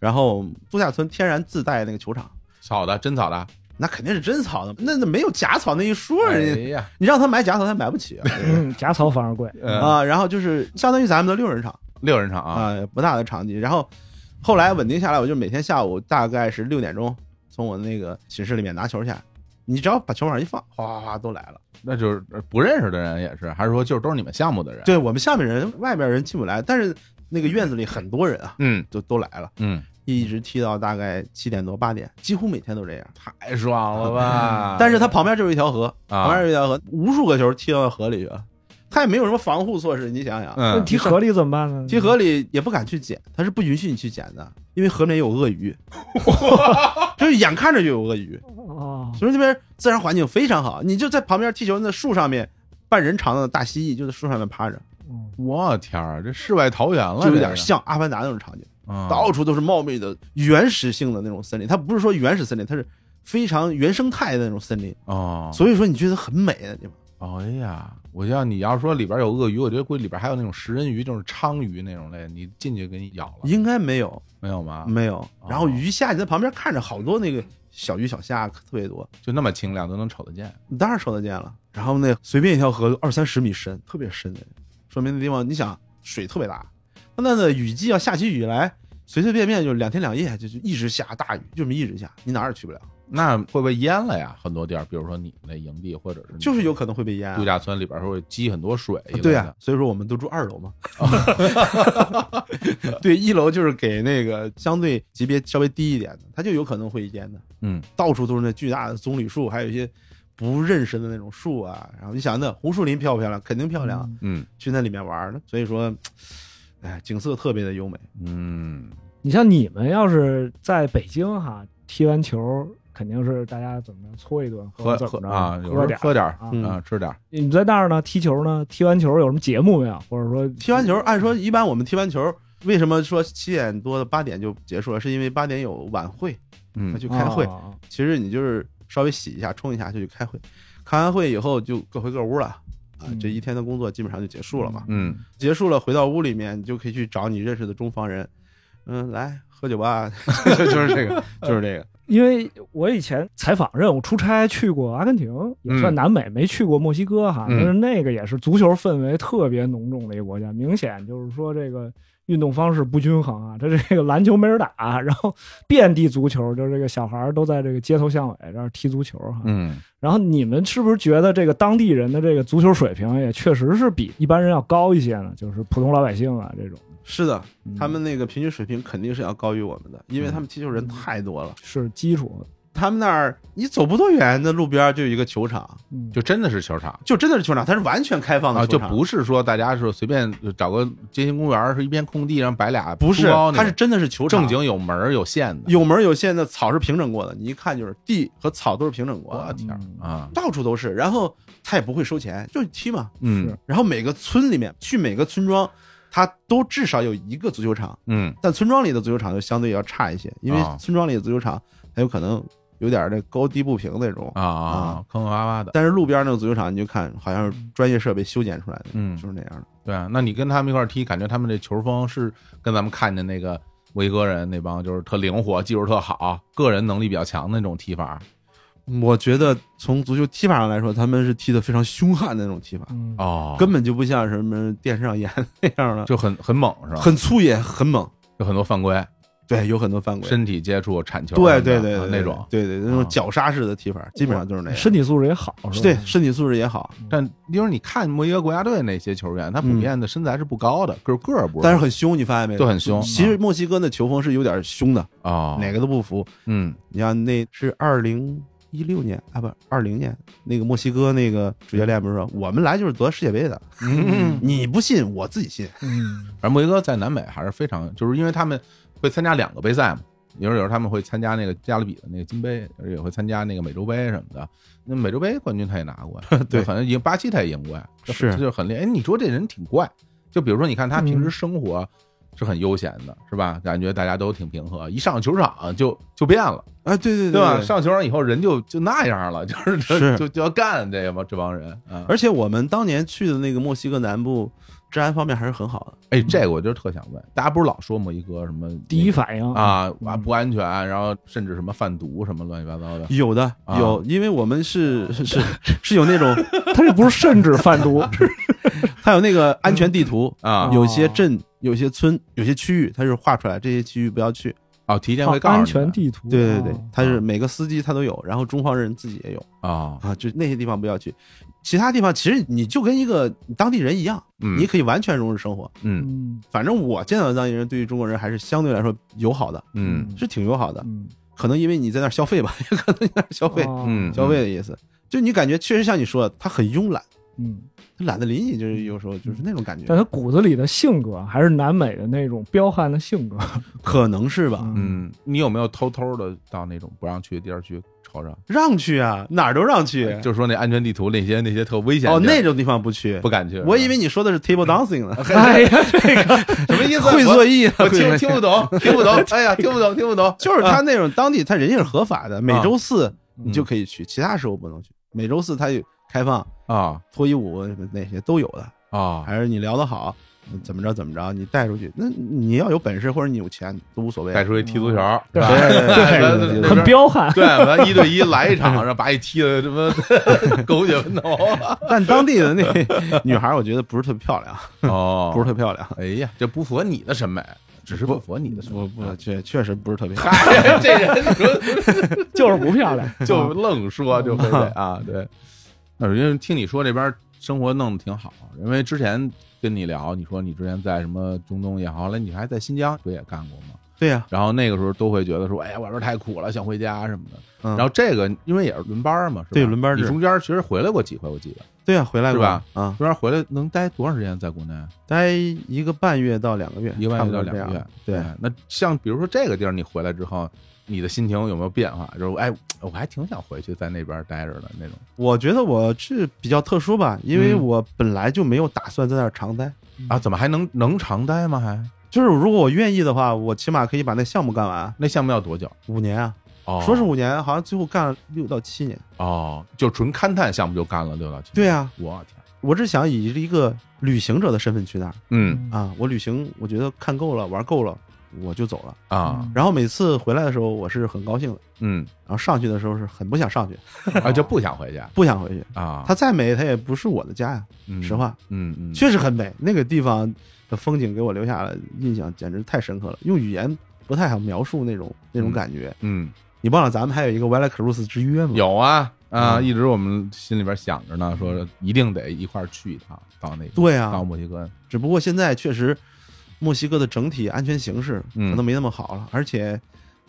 Speaker 2: 然后度假村天然自带那个球场，
Speaker 1: 草的真草的，
Speaker 2: 那肯定是真草的，那那没有假草那一说，
Speaker 1: 哎
Speaker 2: 人家、
Speaker 1: 呀，
Speaker 2: 你让他买假草他买不起啊。
Speaker 3: 嗯，假草反而贵，
Speaker 1: 呃，
Speaker 2: 啊，然后就是相当于咱们的六人场
Speaker 1: 六人场啊，
Speaker 2: 啊、不大的场地。然后后来稳定下来，我就每天下午大概是六点钟从我那个寝室里面拿球去，你只要把球往上一放，哗哗哗都来了。
Speaker 1: 那就是不认识的人也是，还是说就是都是你们项目的人？，
Speaker 2: 对我们下面人外面人进不来，但是那个院子里很多人啊，
Speaker 1: 嗯
Speaker 2: 就都来了，
Speaker 1: 嗯，
Speaker 2: 一直踢到大概七点多八点，几乎每天都这样。
Speaker 1: 太爽了吧！
Speaker 2: 但是它旁边就是一条河，
Speaker 1: 啊
Speaker 2: 旁边有一条河，无数个球踢到河里去了，它也没有什么防护措施。你想想，
Speaker 3: 那
Speaker 1: 嗯
Speaker 3: 提河里怎么办呢？
Speaker 2: 踢河里也不敢去捡，它是不允许你去捡的，因为河里面有 鳄鱼，就是眼看着就有鳄鱼，
Speaker 3: 哦，
Speaker 2: 所以那边自然环境非常好。你就在旁边踢球，那树上面半人长的大蜥蜴就在树上面趴着，
Speaker 3: 嗯
Speaker 1: 我天儿，这世外啊桃源了，
Speaker 2: 就有
Speaker 1: 这
Speaker 2: 点
Speaker 1: 个
Speaker 2: 像《阿凡达》那种场景，
Speaker 1: 嗯
Speaker 2: 到处都是茂密的原始性的那种森林。它不是说原始森林，它是非常原生态的那种森林，
Speaker 1: 哦，
Speaker 2: 所以说你觉得很美的地方。
Speaker 1: 哦哎呀，我要你要说里边有鳄鱼，我觉得估计里边还有那种食人鱼，就是鲳鱼那种类，你进去给你咬了，
Speaker 2: 应该没有，
Speaker 1: 没有吗？
Speaker 2: 没有。然后鱼虾你在旁边看着，好多那个小鱼小虾特别多，
Speaker 1: 就那么清亮都能瞅得见，
Speaker 2: 你当然瞅得见了。然后那随便一条河二三十米深，特别深的，说明那地方你想水特别大。那那雨季要下起雨来，随随便便就两天两夜就就一直下大雨，就这么一直下，你哪儿也去不了，
Speaker 1: 那会不会淹了呀？很多地儿，比如说你们那营地，或者是你
Speaker 2: 就是有可能会被淹啊、
Speaker 1: 度假村里边会积很多水一类的，
Speaker 2: 对啊，所以说我们都住二楼嘛。对，一楼就是给那个相对级别稍微低一点的，它就有可能会淹的。
Speaker 1: 嗯，
Speaker 2: 到处都是那巨大的棕榈树，还有一些不认识的那种树啊。然后你想那红树林漂不漂亮？肯定漂亮，
Speaker 3: 嗯
Speaker 1: 嗯
Speaker 2: 去那里面玩儿呢。所以说，哎，景色特别的优美。
Speaker 1: 嗯，
Speaker 3: 你像你们要是在北京哈，踢完球肯定是大家怎么着搓一顿，
Speaker 1: 喝
Speaker 3: 或者怎
Speaker 1: 喝
Speaker 3: 么着
Speaker 1: 啊，有时
Speaker 3: 喝
Speaker 1: 候
Speaker 3: 点儿
Speaker 1: 喝点儿
Speaker 3: 啊。
Speaker 2: 嗯
Speaker 1: 啊，吃点儿
Speaker 3: 你们在那儿呢，踢球呢，踢完球有什么节目没有？或者说
Speaker 2: 踢完球，按说一般我们踢完球，为什么说七点多八点就结束了？是因为八点有晚会，
Speaker 1: 嗯
Speaker 2: 要去开会。
Speaker 3: 啊
Speaker 2: 其实你就是稍微洗一下、冲一下就去开会，开完会以后就各回各屋了啊
Speaker 3: 嗯。
Speaker 2: 这一天的工作基本上就结束了嘛。
Speaker 1: 嗯
Speaker 2: 结束了，回到屋里面，你就可以去找你认识的中方人，嗯，来喝酒 吧，就就是这个，就是这个。
Speaker 3: 因为我以前采访任务出差去过阿根廷，也
Speaker 2: 嗯
Speaker 3: 算南美，没去过墨西哥哈，
Speaker 1: 嗯
Speaker 3: 但是那个也是足球氛围特别浓重的一个国家，明显就是说这个运动方式不均衡啊，这这个篮球没人打，然后遍地足球，就是这个小孩儿都在这个街头巷尾这儿踢足球哈。
Speaker 1: 嗯
Speaker 3: 然后你们是不是觉得这个当地人的这个足球水平也确实是比一般人要高一些呢？就是普通老百姓啊这种，
Speaker 2: 是的，
Speaker 3: 嗯
Speaker 2: 他们那个平均水平肯定是要高于我们的，因为他们踢球人太多了。
Speaker 3: 是基础，
Speaker 2: 他们那儿你走不多远，那路边就有一个球场，
Speaker 3: 嗯，
Speaker 1: 就真的是球场。
Speaker 2: 就真的是球场，它是完全开放的
Speaker 1: 啊，
Speaker 2: 球
Speaker 1: 就
Speaker 2: 场，
Speaker 1: 不是说大家是随便找个街心公园儿，是一片空地上摆俩
Speaker 2: 不是
Speaker 1: 书包，那
Speaker 2: 它是
Speaker 1: 种
Speaker 2: 真的是球场，
Speaker 1: 正经有门儿有线的。
Speaker 2: 有门有线的，草是平整过的，你一看就是地和草都是平整过
Speaker 1: 我
Speaker 2: 的，
Speaker 1: 天儿
Speaker 3: 嗯
Speaker 1: 啊，
Speaker 2: 到处都是。然后他也不会收钱，就踢嘛。
Speaker 1: 嗯
Speaker 3: 是
Speaker 2: 然后每个村里面去每个村庄，它都至少有一个足球场，
Speaker 1: 嗯
Speaker 2: 但村庄里的足球场就相对要差一些，因为
Speaker 1: 啊
Speaker 2: 村庄里的足球场它有可能有点儿那高低不平那种。
Speaker 1: 啊啊
Speaker 2: 啊，
Speaker 1: 坑坑洼洼的。
Speaker 2: 但是路边那种足球场，你就看好像是专业设备修剪出来的，
Speaker 1: 嗯
Speaker 2: 就是那样的。
Speaker 1: 对啊，那你跟他们一块儿踢，感觉他们这球风是跟咱们看见那个墨西哥人那帮就是特灵活、技术特好、个人能力比较强的那种踢法
Speaker 2: 我觉得从足球踢法上来说，他们是踢得非常凶悍的那种踢法，
Speaker 3: 嗯
Speaker 1: 哦根
Speaker 2: 根本就不像什么电视上演的那样的，
Speaker 1: 就很很猛是吧？
Speaker 2: 很粗野，很猛。
Speaker 1: 有很多犯规，
Speaker 2: 对，有很多犯规。
Speaker 1: 身体接触、铲球什么
Speaker 2: 对
Speaker 1: 的，
Speaker 2: 对对
Speaker 1: 啊
Speaker 2: 对
Speaker 1: 那种。
Speaker 2: 对对对那
Speaker 1: 啊
Speaker 2: 种绞杀式的踢法，基本上就是那样。
Speaker 3: 身体素质也好，是吧
Speaker 2: 对身体素质也好，
Speaker 1: 但因为你看墨西哥国家队那些球员，他普遍的身材是不高的，个儿个儿不是，
Speaker 2: 嗯但是很凶，你发现没有？
Speaker 1: 都很凶啊
Speaker 2: 其实墨西哥的球风是有点凶的，
Speaker 1: 哦，
Speaker 2: 哪个都不服。
Speaker 1: 嗯
Speaker 2: 你像那是二零一六年啊，不二零年那个墨西哥那个主教练不是说我们来就是得世界杯的，
Speaker 1: 嗯，
Speaker 2: 你不信我自己信。
Speaker 3: 嗯
Speaker 1: 而墨西哥在南美还是非常，就是因为他们会参加两个杯赛嘛，有时候有时候他们会参加那个加勒比的那个金杯，有时候也会参加那个美洲杯什么的。那美洲杯冠军他也拿过，
Speaker 2: 对
Speaker 1: 好像赢巴西他也赢过呀，这
Speaker 2: 是
Speaker 1: 这就很厉害。哎，你说这人挺怪，就比如说你看他平时生
Speaker 2: 嗯
Speaker 1: 活是很悠闲的，是吧？感觉大家都挺平和，一上球场就就变了，
Speaker 2: 啊，对对
Speaker 1: 对吧？
Speaker 2: 对。
Speaker 1: 上球场以后人就就那样了， 就是
Speaker 2: 是
Speaker 1: 就就要干这帮这帮人啊。
Speaker 2: 而且我们当年去的那个墨西哥南部，治安方面还是很好的。
Speaker 1: 哎，这个我就特想问，大家不是老说墨西哥什么
Speaker 3: 第一反应，
Speaker 1: 啊
Speaker 3: 嗯
Speaker 1: 啊不安全，然后甚至什么贩毒什么乱七八糟的。
Speaker 2: 有的
Speaker 1: 啊
Speaker 2: 有，因为我们是是是是有那种，
Speaker 3: 他这不是甚至贩 毒，
Speaker 2: 它有那个安全地图
Speaker 1: 啊
Speaker 2: 有些镇、有些村、有些区域，它是画出来，这些区域不要去。
Speaker 1: 哦，提前会告诉你
Speaker 3: 安
Speaker 1: 们
Speaker 3: 全地图，
Speaker 2: 对对对啊
Speaker 3: 哦，
Speaker 2: 它是每个司机他都有，然后中方人自己也有
Speaker 1: 哦，
Speaker 2: 啊，就那些地方不要去。其他地方其实你就跟一个当地人一样，
Speaker 1: 嗯
Speaker 2: 你可以完全融入生活。
Speaker 1: 嗯
Speaker 3: 嗯
Speaker 2: 反正我见到的当地人对于中国人还是相对来说友好的，
Speaker 1: 嗯
Speaker 2: 是挺友好的。
Speaker 3: 嗯
Speaker 2: 可能因为你在那儿消费吧，也可能在那儿消费、
Speaker 3: 哦
Speaker 1: 嗯，
Speaker 2: 消费的意思。就你感觉确实像你说的，他很慵懒，
Speaker 3: 嗯，
Speaker 2: 他懒得理你，就是有时候就是那种感
Speaker 3: 但
Speaker 2: 觉，
Speaker 3: 他骨子里的性格还是南美的那种彪悍的性格
Speaker 2: 啊可能是吧？
Speaker 3: 嗯
Speaker 1: 嗯，你有没有偷偷的到那种不让去的地儿去瞅瞅？
Speaker 2: 让去啊，哪儿都让去。
Speaker 1: 哎就说那安全地图那些那些特危险的
Speaker 2: 哦，
Speaker 1: 地儿
Speaker 2: 那种地方不去
Speaker 1: 不，敢去。
Speaker 2: 我以为你说的是 table dancing 呢。
Speaker 3: 哎呀，
Speaker 1: 什么意思？
Speaker 2: 会
Speaker 1: 我
Speaker 2: 作艺，
Speaker 1: 我听听不懂，听 不懂。哎呀，听不懂，听不懂。啊
Speaker 2: 就是他那种当地，他人家是合法的，每周四你就
Speaker 1: 嗯
Speaker 2: 可以去，其他时候不能去。每周四他有开放
Speaker 1: 啊
Speaker 2: 脱衣舞什么那些都有的，
Speaker 1: 啊
Speaker 2: 还是你聊得好，怎么着怎么着，你带出去，那你要有本事或者你有钱都无所谓。啊
Speaker 1: 带出去踢足球儿，
Speaker 3: 对
Speaker 1: 是吧
Speaker 2: 对对
Speaker 1: 哎
Speaker 2: 对
Speaker 1: 咱
Speaker 2: 对
Speaker 1: 咱
Speaker 3: 很彪悍，
Speaker 1: 对，完一对一来一场，然后把你踢的什么狗血喷头。
Speaker 2: 但当地的那 女孩，我觉得不是特别漂亮，
Speaker 1: 哦
Speaker 2: 不是特别 漂亮。
Speaker 1: 哎呀，这不符合你的审美，只是不符合你的审美。
Speaker 2: 我不啊确确实不是特别漂亮。
Speaker 1: 嗨，这人你说
Speaker 3: 就是不漂亮，
Speaker 1: 就愣说就非得啊，对。那因为听你说这边生活弄得挺好，因为之前跟你聊，你说你之前在什么中东也好，后来你还在新疆不也干过吗？
Speaker 2: 对呀，
Speaker 1: 然后那个时候都会觉得说，哎呀，外边太苦了，想回家什么的。
Speaker 2: 嗯
Speaker 1: 然后这个因为也是轮班嘛，是吧？
Speaker 2: 对轮班制
Speaker 1: 你中间其实回来过几回，我记得
Speaker 2: 对呀，回来
Speaker 1: 是
Speaker 2: 过
Speaker 1: 吧？
Speaker 2: 啊，
Speaker 1: 中间回来能待多长时间在国内？
Speaker 2: 待一个半月到两个月，
Speaker 1: 一个半月到
Speaker 2: 差不多
Speaker 1: 两个
Speaker 2: 这
Speaker 1: 月
Speaker 2: 样。对，
Speaker 1: 哎那像比如说这个地儿，你回来之后，你的心情有没有变化？就是哎，我还挺想回去在那边待着的那种。
Speaker 2: 我觉得我是比较特殊吧，因为
Speaker 1: 嗯
Speaker 2: 我本来就没有打算在那儿长待。
Speaker 1: 啊，怎么还能能常待吗？还
Speaker 2: 就是如果我愿意的话，我起码可以把那项目干完啊
Speaker 1: 那项目要多久？
Speaker 2: 五年啊，
Speaker 1: 哦
Speaker 2: 说是五年，好像最后干了六到七年。
Speaker 1: 哦，就纯勘探项目就干了六到七。
Speaker 2: 对，啊，
Speaker 1: 我天，
Speaker 2: 我只想以一个旅行者的身份去那儿
Speaker 1: 嗯
Speaker 2: 啊，我旅行，我觉得看够了，玩够了，我就走了。
Speaker 1: 啊，
Speaker 2: 然后每次回来的时候，我是很高兴的，
Speaker 1: 嗯，
Speaker 2: 然后上去的时候是很不想上去，
Speaker 1: 啊，就不想回家
Speaker 2: 不想回去。
Speaker 1: 啊。
Speaker 2: 它再美，它也不是我的家呀。
Speaker 1: 嗯
Speaker 2: 实话，
Speaker 1: 嗯嗯，
Speaker 2: 确实很美，那个地方的风景给我留下了印象，简直太深刻了，用语言不太好描述那种那种感觉。
Speaker 1: 嗯
Speaker 2: 你忘了咱们还有一个 Vela Cruz 之约吗？
Speaker 1: 有啊啊，
Speaker 2: 嗯
Speaker 1: 一直我们心里边想着呢，说一定得一块儿去一趟到那个
Speaker 2: 对
Speaker 1: 到
Speaker 2: 啊，
Speaker 1: 墨西哥。
Speaker 2: 只不过现在确实，墨西哥的整体安全形势可
Speaker 1: 嗯
Speaker 2: 能没那么好了，而且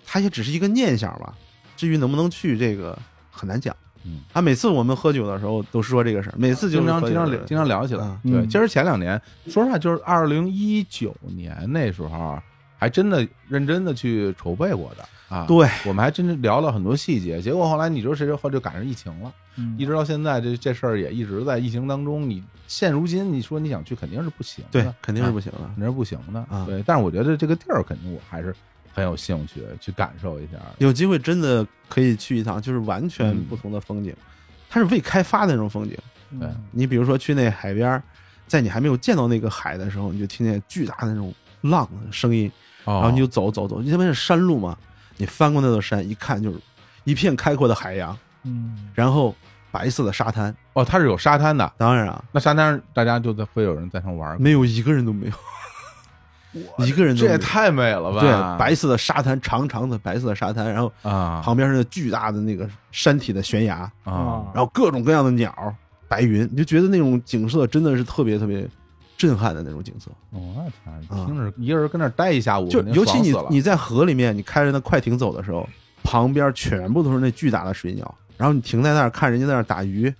Speaker 2: 它也只是一个念想吧。至于能不能去，这个很难讲。
Speaker 1: 嗯，
Speaker 2: 啊，每次我们喝酒的时候都说这个事儿，每次就
Speaker 1: 经
Speaker 2: 是
Speaker 1: 常
Speaker 2: 喝
Speaker 1: 经
Speaker 2: 酒
Speaker 1: 常
Speaker 2: 的
Speaker 1: 聊
Speaker 2: 时候
Speaker 1: 经常聊起来
Speaker 2: 啊。
Speaker 1: 对，
Speaker 3: 嗯
Speaker 1: 其实前两年说实话，就是二零一九年那时候，还真的认真的去筹备过的啊。
Speaker 2: 对，
Speaker 1: 我们还真是聊了很多细节，结果后来你说谁知道后就赶上疫情了，
Speaker 3: 嗯
Speaker 1: 一直到现在这这事儿也一直在疫情当中。你现如今你说你想去肯定是不行的，
Speaker 2: 对，肯定是
Speaker 1: 啊
Speaker 2: 不行了。
Speaker 1: 肯定是不行的
Speaker 2: 啊
Speaker 1: 对，但是我觉得这个地儿肯定我还是很有兴趣去感受一下的。
Speaker 2: 有机会真的可以去一趟，就是完全
Speaker 1: 嗯
Speaker 2: 不同的风景，它是未开发的那种风景。
Speaker 3: 嗯
Speaker 1: 对
Speaker 2: 你比如说去那海边儿，在你还没有见到那个海的时候，你就听见巨大的那种浪的声音，
Speaker 1: 然
Speaker 2: 然后你就走走走，因为那边是山路嘛，你翻过那座山，一看就是一片开阔的海洋，
Speaker 3: 嗯
Speaker 2: 然后白色的沙滩，
Speaker 1: 哦，它是有沙滩的，
Speaker 2: 当然啊，
Speaker 1: 那沙滩上大家就在会有人在上玩儿，
Speaker 2: 没有一个人都没有，一个人都
Speaker 1: 这
Speaker 2: 没有
Speaker 1: 也太美了吧？
Speaker 2: 对白色的沙滩，长长的白色的沙滩，然后
Speaker 1: 啊
Speaker 2: 旁边是那巨大的那个山体的悬崖，
Speaker 3: 哦
Speaker 1: 啊，
Speaker 2: 然后各种各样的鸟儿、白云，你就觉得那种景色真的是特别特别震撼的那种景色。
Speaker 1: 我天，听着一个人跟那儿待一下午，
Speaker 2: 就
Speaker 1: 肯定
Speaker 2: 尤其你
Speaker 1: 爽死了
Speaker 2: 你在河里面，你开着那快艇走的时候，旁边全部都是那巨大的水鸟，然后你停在那儿看人家在那儿打鱼，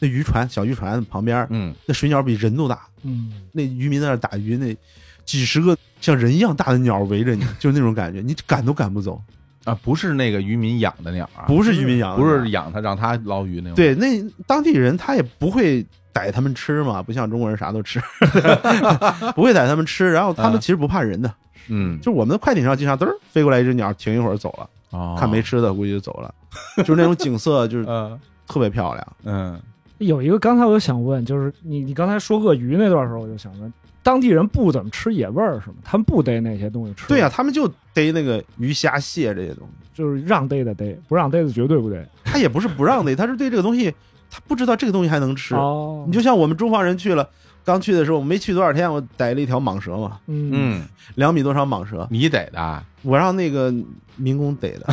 Speaker 2: 那渔船小渔船旁边，
Speaker 1: 嗯
Speaker 2: 那水鸟比人都大，
Speaker 3: 嗯
Speaker 2: 那渔民在那儿打鱼，那几十个像人一样大的鸟围着你，就是那种感觉，你赶都赶不走。
Speaker 1: 啊，不是那个渔民养的鸟啊，
Speaker 2: 不是渔民养的
Speaker 1: 不
Speaker 2: 鸟
Speaker 1: 是养它让它捞鱼那种，
Speaker 2: 对，那当地人他也不会逮他们吃嘛，不像中国人啥 都吃，不会逮他们吃。然后他们
Speaker 1: 嗯
Speaker 2: 其实不怕人的，
Speaker 1: 嗯，
Speaker 2: 就是我们的快艇上经常嘚儿飞过来一只鸟，停一会儿走了，
Speaker 1: 哦
Speaker 2: 看没吃的估计就走了，就是那种景色就是
Speaker 1: 嗯
Speaker 2: 特别 漂亮。
Speaker 1: 嗯
Speaker 3: 有一个刚才我就想问，就是你你刚才说鳄鱼那段时候，我就想问，当地人不怎么吃野味儿是吗？他们不逮那些东西吃？
Speaker 2: 对啊呀、他们就逮那个鱼虾蟹这些东西，
Speaker 3: 就是让逮的逮，不让逮的绝对不逮。
Speaker 2: 他也不是不让逮，他是对这个东西他不知道这个东西还能吃。
Speaker 3: 哦，
Speaker 2: 你就像我们中方人去了，刚去的时候我没去多少天，我逮了一条蟒蛇嘛，
Speaker 3: 嗯
Speaker 1: 嗯，
Speaker 2: 两米多长蟒蛇，
Speaker 1: 你逮的啊，
Speaker 2: 我让那个民工逮的，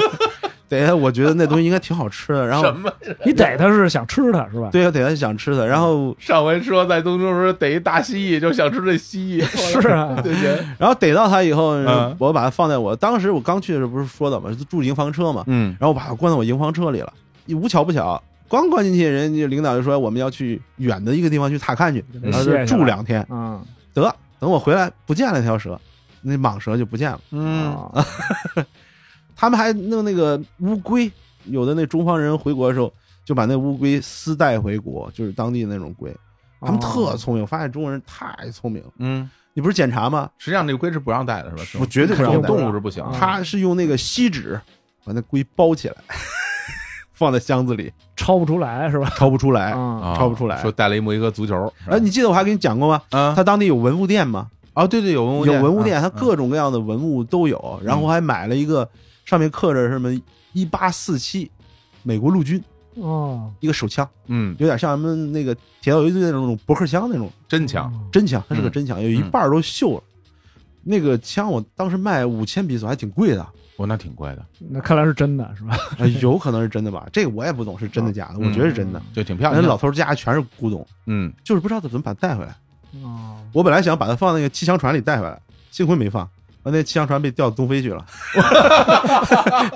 Speaker 2: 逮的，我觉得那东西应该挺好吃的。然后
Speaker 1: 什么？
Speaker 3: 你逮它是想吃它是吧？
Speaker 2: 对啊，逮他想吃的，然后
Speaker 1: 上回说在东京时候逮一大蜥蜴，就想吃这蜥 蜴，
Speaker 3: 是啊，
Speaker 1: 对不对？
Speaker 2: 然后逮到他以后
Speaker 1: 嗯，
Speaker 2: 我把它放在我当时我刚去的时候不是说的嘛，住营房车嘛，
Speaker 1: 嗯，
Speaker 2: 然后我把它关到我营房车里了。无巧不巧，刚关进去，人家领导就说我们要去远的一个地方去踏看去，
Speaker 3: 嗯
Speaker 2: 然后就住两天，
Speaker 3: 嗯
Speaker 2: 得等我回来不见了那条蛇，那蟒蛇就不见了。
Speaker 1: 嗯，
Speaker 3: 啊
Speaker 2: 他们还弄那个乌龟，有的那中方人回国的时候就把那乌龟私带回国，就是当地那种龟。
Speaker 1: 哦
Speaker 2: 他
Speaker 3: 啊
Speaker 2: 们特聪明，我发现中国人太聪明了。
Speaker 1: 嗯，
Speaker 2: 你不是检查吗？
Speaker 1: 实际上这个龟是不让带的，是吧？
Speaker 2: 我绝对
Speaker 1: 这
Speaker 2: 不让
Speaker 1: 种
Speaker 2: 带。
Speaker 1: 动物是不行的，啊
Speaker 3: 嗯
Speaker 2: 他是用那个锡纸把那龟包起来， 放在箱子里，
Speaker 3: 抄不出来
Speaker 1: 哦
Speaker 3: 是吧？
Speaker 2: 掏不出来。
Speaker 3: 啊，
Speaker 1: 啊
Speaker 2: 抄不出来
Speaker 1: 说带了一墨西哥足球，
Speaker 2: 哎，你记得我还给你讲过吗？
Speaker 1: 啊
Speaker 2: 他当地有文物店吗？
Speaker 1: 哦，对对，有文物嗯
Speaker 2: 有文物店，
Speaker 1: 啊
Speaker 2: 他各种各样的文物都有。然后还买了一个上面刻着什么一八四七美国陆军
Speaker 3: 哦，
Speaker 2: 一个手枪。
Speaker 1: 嗯，
Speaker 2: 有点像咱们那个铁道游击队那种驳壳枪那种
Speaker 1: 真强，
Speaker 2: 真枪，它是个
Speaker 1: 嗯
Speaker 2: 真枪，有一半儿都锈了。那个枪我当时卖五千比索，还挺贵 的，
Speaker 1: 我哦那挺贵的，
Speaker 3: 嗯那看来是真的 是吧？
Speaker 2: 呃有可能是真的吧？这个我也不懂是真的假的，
Speaker 1: 嗯
Speaker 2: 我觉得是真的。
Speaker 1: 就挺漂
Speaker 2: 那
Speaker 1: 亮的。
Speaker 2: 老头家全是古董，
Speaker 1: 嗯，
Speaker 2: 就是不知道怎么把它带回来。
Speaker 3: 哦，
Speaker 2: 我本来想把它放那个气枪船里带回来，幸亏没放，完那气象船被调东非 去了，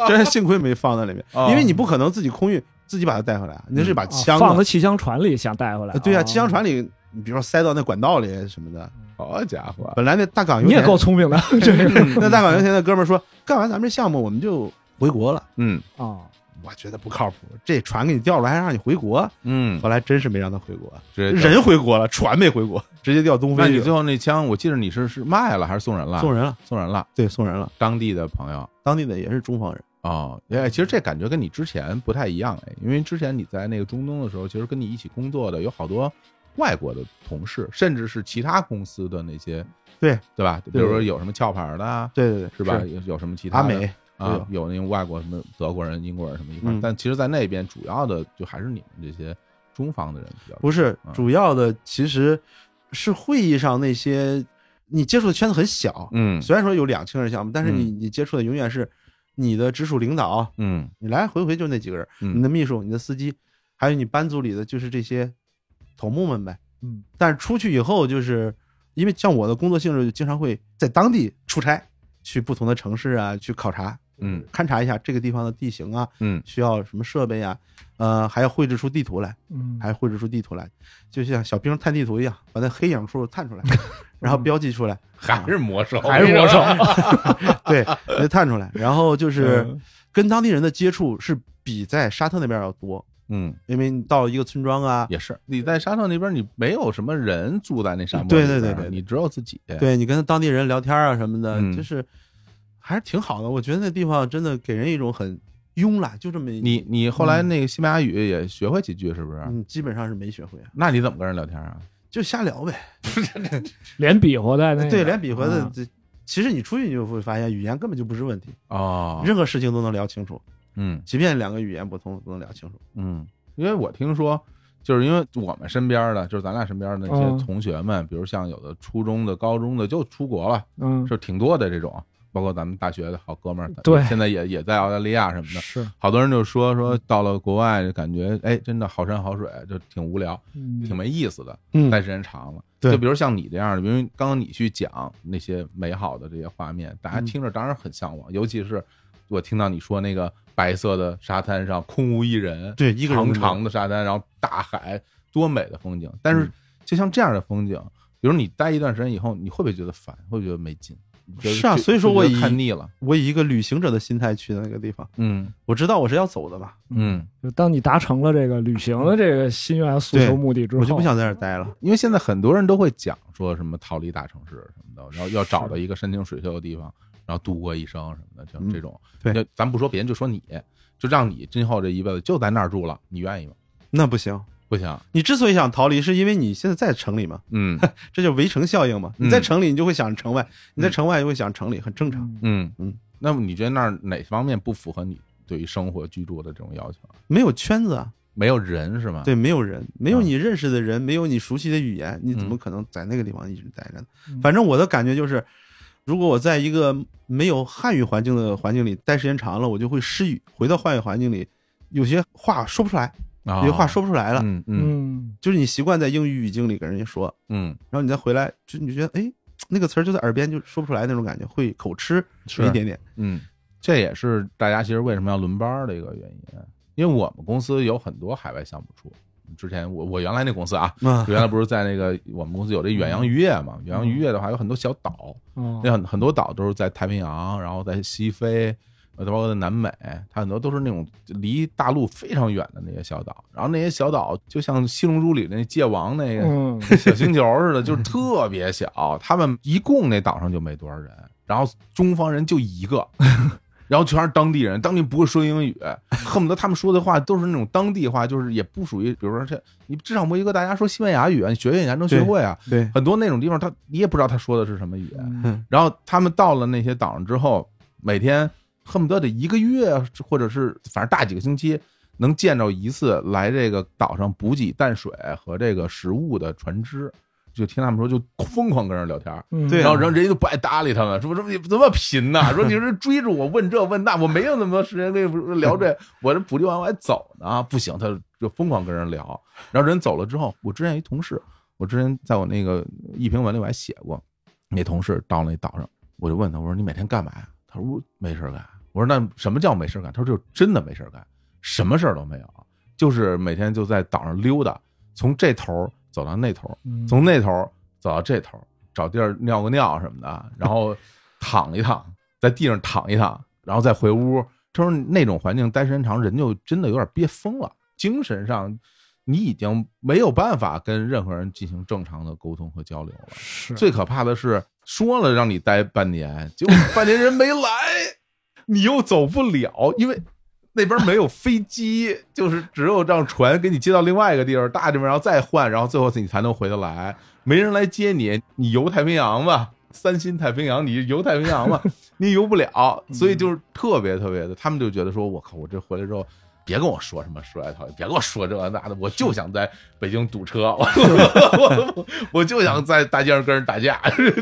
Speaker 2: 真幸亏没放在里面，
Speaker 1: 哦嗯
Speaker 2: 因为你不可能自己空运自己把它带回来，你那是一把枪
Speaker 3: 啊
Speaker 2: 啊、
Speaker 3: 放到气枪船里想带回来
Speaker 2: 呃。对
Speaker 1: 哦
Speaker 2: 呀、
Speaker 3: 啊，
Speaker 2: 气象船里，你比如说塞到那管道里什么的，
Speaker 1: 好家伙，
Speaker 2: 本来那大港油
Speaker 3: 你也
Speaker 2: 田，
Speaker 3: 够 聪明的，真是
Speaker 2: 那大港油田的哥们儿说，干完咱们这项目我们就回国了，
Speaker 1: 嗯
Speaker 3: 啊。
Speaker 2: 我觉得不靠谱，这船给你调了还让你回国，
Speaker 1: 嗯，
Speaker 2: 后来真是没让他回国，
Speaker 1: 这
Speaker 2: 人回国了，船没回国，直接调东
Speaker 1: 那
Speaker 2: 非
Speaker 1: 你
Speaker 2: 去
Speaker 1: 最
Speaker 2: 了，
Speaker 1: 后那枪，我记得你是是卖了还是送人了？
Speaker 2: 送人了，
Speaker 1: 送人了，
Speaker 2: 对，送人了，
Speaker 1: 当地的朋友
Speaker 2: 当地的也是中方人，
Speaker 1: 哦。哎，其实这感觉跟你之前不太一样哎，因为之前你在那个中东的时候，其实跟你一起工作的有好多外国的同事，甚至是其他公司的那些，
Speaker 2: 对
Speaker 1: 对吧？比如说有什么壳牌儿的啊，
Speaker 2: 对对对，
Speaker 1: 是吧？？有有什么其他
Speaker 2: 阿
Speaker 1: 的
Speaker 2: 美。
Speaker 1: 啊，有那种外国什么德国人、英国人什么一块儿，
Speaker 2: 嗯
Speaker 1: 但其实，在那边主要的就还是你们这些中方的人比较多。
Speaker 2: 不是
Speaker 1: 嗯，
Speaker 2: 主要的其实是会议上那些你接触的圈子很小，
Speaker 1: 嗯
Speaker 2: 虽然说有两千人项目，但是你你接触的永远是你的直属领导，
Speaker 1: 嗯
Speaker 2: 你来来回回就那几个人，
Speaker 1: 嗯
Speaker 2: 你的秘书、你的司机，还有你班组里的就是这些头目们呗。
Speaker 3: 嗯，
Speaker 2: 但是出去以后，就是因为像我的工作性质，就经常会在当地出差，去不同的城市啊，去考察，
Speaker 1: 嗯，
Speaker 2: 勘察一下这个地方的地形啊，
Speaker 1: 嗯
Speaker 2: 需要什么设备啊，呃，还要绘制出地图来。
Speaker 3: 嗯，
Speaker 2: 还绘制出地图来，就像小兵探地图一样，把那黑影处 探出来，然后标记出来，啊
Speaker 1: 还是魔兽，
Speaker 3: 还是我手，
Speaker 2: 对，就探出来。然后
Speaker 1: 嗯
Speaker 2: 就是跟当地人的接触是比在沙特那边要多，
Speaker 1: 嗯，
Speaker 2: 因为你到一个村庄啊，
Speaker 1: 也是，你在沙特那边，你没有什么人住在那沙漠
Speaker 2: 对
Speaker 1: 里边儿，
Speaker 2: 对对对
Speaker 1: 你只有自己。，
Speaker 2: 对你跟当地人聊天啊什么的，
Speaker 1: 嗯
Speaker 2: 就是还是挺好的。我觉得那地方真的给人一种很慵懒，就这么一
Speaker 1: 你你后来那个西班牙语也学会几句，是不是？
Speaker 2: 嗯，基本上是没学会啊，
Speaker 1: 那你怎么跟人聊天啊？
Speaker 2: 就瞎聊呗。
Speaker 3: 连比划带那个
Speaker 2: 对，嗯连比划的
Speaker 3: 啊，
Speaker 2: 这其实你出去你就会发现，语言根本就不是问题，
Speaker 1: 哦，
Speaker 2: 任何事情都能聊清楚，
Speaker 1: 嗯
Speaker 2: 即便两个语言不通都能聊清楚。
Speaker 1: 嗯，因为我听说，就是因为我们身边的，就是咱俩身边的那
Speaker 3: 嗯
Speaker 1: 些同学们，比如像有的初中的、高中的就出国了，
Speaker 3: 嗯，
Speaker 1: 就挺多的这种，包括咱们大学的好哥们儿，
Speaker 3: 对
Speaker 1: 现在也也在澳大利亚什么的。
Speaker 3: 是，
Speaker 1: 好多人就说
Speaker 2: 嗯
Speaker 1: 说到了国外就感觉哎，真的好山好水，就挺无聊，
Speaker 3: 嗯
Speaker 1: 挺没意思的。
Speaker 2: 嗯
Speaker 1: 待时间长了，
Speaker 2: 对
Speaker 1: 就比如像你这样的，因为刚刚你去讲那些美好的这些画面，大家
Speaker 2: 嗯
Speaker 1: 听着当然很向往，尤其是我听到你说那个白色的沙滩上空无一人，
Speaker 2: 对一个
Speaker 1: 长
Speaker 2: 人都没有
Speaker 1: 长的沙滩，然后大海，多美的风景。但是
Speaker 2: 嗯
Speaker 1: 就像这样的风景，比如你待一段时间以后，你会不会觉得烦？会不会觉得没劲？你觉得
Speaker 2: 是啊
Speaker 1: 就
Speaker 2: 所以说我
Speaker 1: 就觉得
Speaker 2: 以
Speaker 1: 看腻了。
Speaker 2: 我以一个旅行者的心态去的那个地方，
Speaker 1: 嗯
Speaker 2: 我知道我是要走的嘛，
Speaker 1: 嗯，
Speaker 3: 就当你达成了这个旅行的这个心愿诉求
Speaker 2: 对
Speaker 3: 目的之后，
Speaker 2: 我就不想在这儿待了。
Speaker 1: 因为现在很多人都会讲说什么逃离大城市什么的，然后要找到一个山清水秀的地方，然后度过一生什么的，像
Speaker 2: 嗯
Speaker 1: 这种。
Speaker 2: 对
Speaker 1: 就咱不说别人，就说你，就让你今后这一辈子就在那儿住了，你 愿意吗？
Speaker 2: 那不行，
Speaker 1: 不行，
Speaker 2: 你之所以想逃离，是因为你现在在城里嘛，
Speaker 1: 嗯
Speaker 2: 这叫围城效应嘛。
Speaker 1: 嗯
Speaker 2: 你在城里，你就会想城外；你在城外，就会想城里，很正常。
Speaker 3: 嗯
Speaker 1: 嗯
Speaker 2: 嗯。
Speaker 1: 那么你觉得那儿哪方面不符合你对于生活居住的这种要求啊？
Speaker 2: 没有圈子啊，
Speaker 1: 没有人是吗？，
Speaker 2: 对，没有人，没有
Speaker 1: 嗯
Speaker 2: 你认识的人，没有你熟悉的语言，你怎么
Speaker 1: 嗯
Speaker 2: 可能在那个地方一直待着呢
Speaker 3: 嗯？
Speaker 2: 反正我的感觉就是，如果我在一个没有汉语环境的环境里待时间长了，我就会失语。回到汉语环境里，有些话说不出来，有些话说不出来了。
Speaker 1: 啊嗯嗯
Speaker 3: 嗯
Speaker 2: 就是你习惯在英语语境里跟人家说，
Speaker 1: 嗯，
Speaker 2: 然后你再回来，就你就觉得哎，那个词儿就在耳边就说不出来那种感觉，会口吃
Speaker 1: 是
Speaker 2: 一点点。
Speaker 1: 嗯，这也是大家其实为什么要轮班儿的一个原因，因为我们公司有很多海外项目处。之前我我原来那公司啊，
Speaker 2: 啊，
Speaker 1: 原来不是在那个我们公司有这远洋渔业嘛？远洋渔业的话有很多小岛，
Speaker 2: 嗯
Speaker 3: 哦
Speaker 2: 啊
Speaker 1: 那很很多岛都是在太平洋，然后在西非，呃，包括在南美，它很多都是那种离大陆非常远的那些小岛。然后那些小岛就像《七龙珠》里那界王那个
Speaker 3: 嗯
Speaker 2: 啊
Speaker 1: 小星球似的，就是特别小。他们一共那岛上就没多少人，然后中方人就一个。然后全是当地人，当地不会说英语，恨不得他们说的话都是那种当地话，就是也不属于，比如说这你至少墨西哥大家说西班牙语啊，你学学你还能学会啊。
Speaker 2: 对，
Speaker 1: 很多那种地方他你也不知道他说的是什么语言。
Speaker 3: 嗯
Speaker 1: 然后他们到了那些岛上之后，每天恨不得得一个月，或者是反正大几个星期，能见着一次来这个岛上补给淡水和这个食物的船只。就听他们说，就疯狂跟人聊天儿，
Speaker 3: 嗯
Speaker 2: 对啊
Speaker 1: 然后人人家就不爱搭理他们，说说你怎么贫呢？说你是追着我问这问那，我没有那么多时间跟你聊这，我这补习完我还走呢，不行，他就疯狂跟人聊。然后人走了之后，我之前有一同事，我之前在我那个一评文里我还写过，那同事到那岛上我就问他，我说你每天干嘛呀？他说我没事儿干。我说那什么叫没事儿干？他说就真的没事儿干，什么事儿都没有，就是每天就在岛上溜达，从这头儿走到那头儿，
Speaker 3: 嗯
Speaker 1: 从那头儿走到这头儿，找地儿尿个尿什么的，然后躺一躺，在地上躺一躺，然后再回屋。他说那种环境待时间长，人就真的有点憋疯了，精神上你已经没有办法跟任何人进行正常的沟通和交流了。
Speaker 3: 是
Speaker 1: 最可怕的是，说了让你待半年，结果半年人没来，你又走不了，因为那边没有飞机，就是只有让船给你接到另外一个地儿，大地方，然后再换，然后最后你才能回得来。没人来接你，你游太平洋吧，三星太平洋，你游太平洋吧，你游不了，所以就是特别特别的，他们就觉得说，我靠，我这回来之后。别跟我说什么世外桃源，别跟我说这那的，我就想在北京堵车，我 我我就想在大街上跟人打架。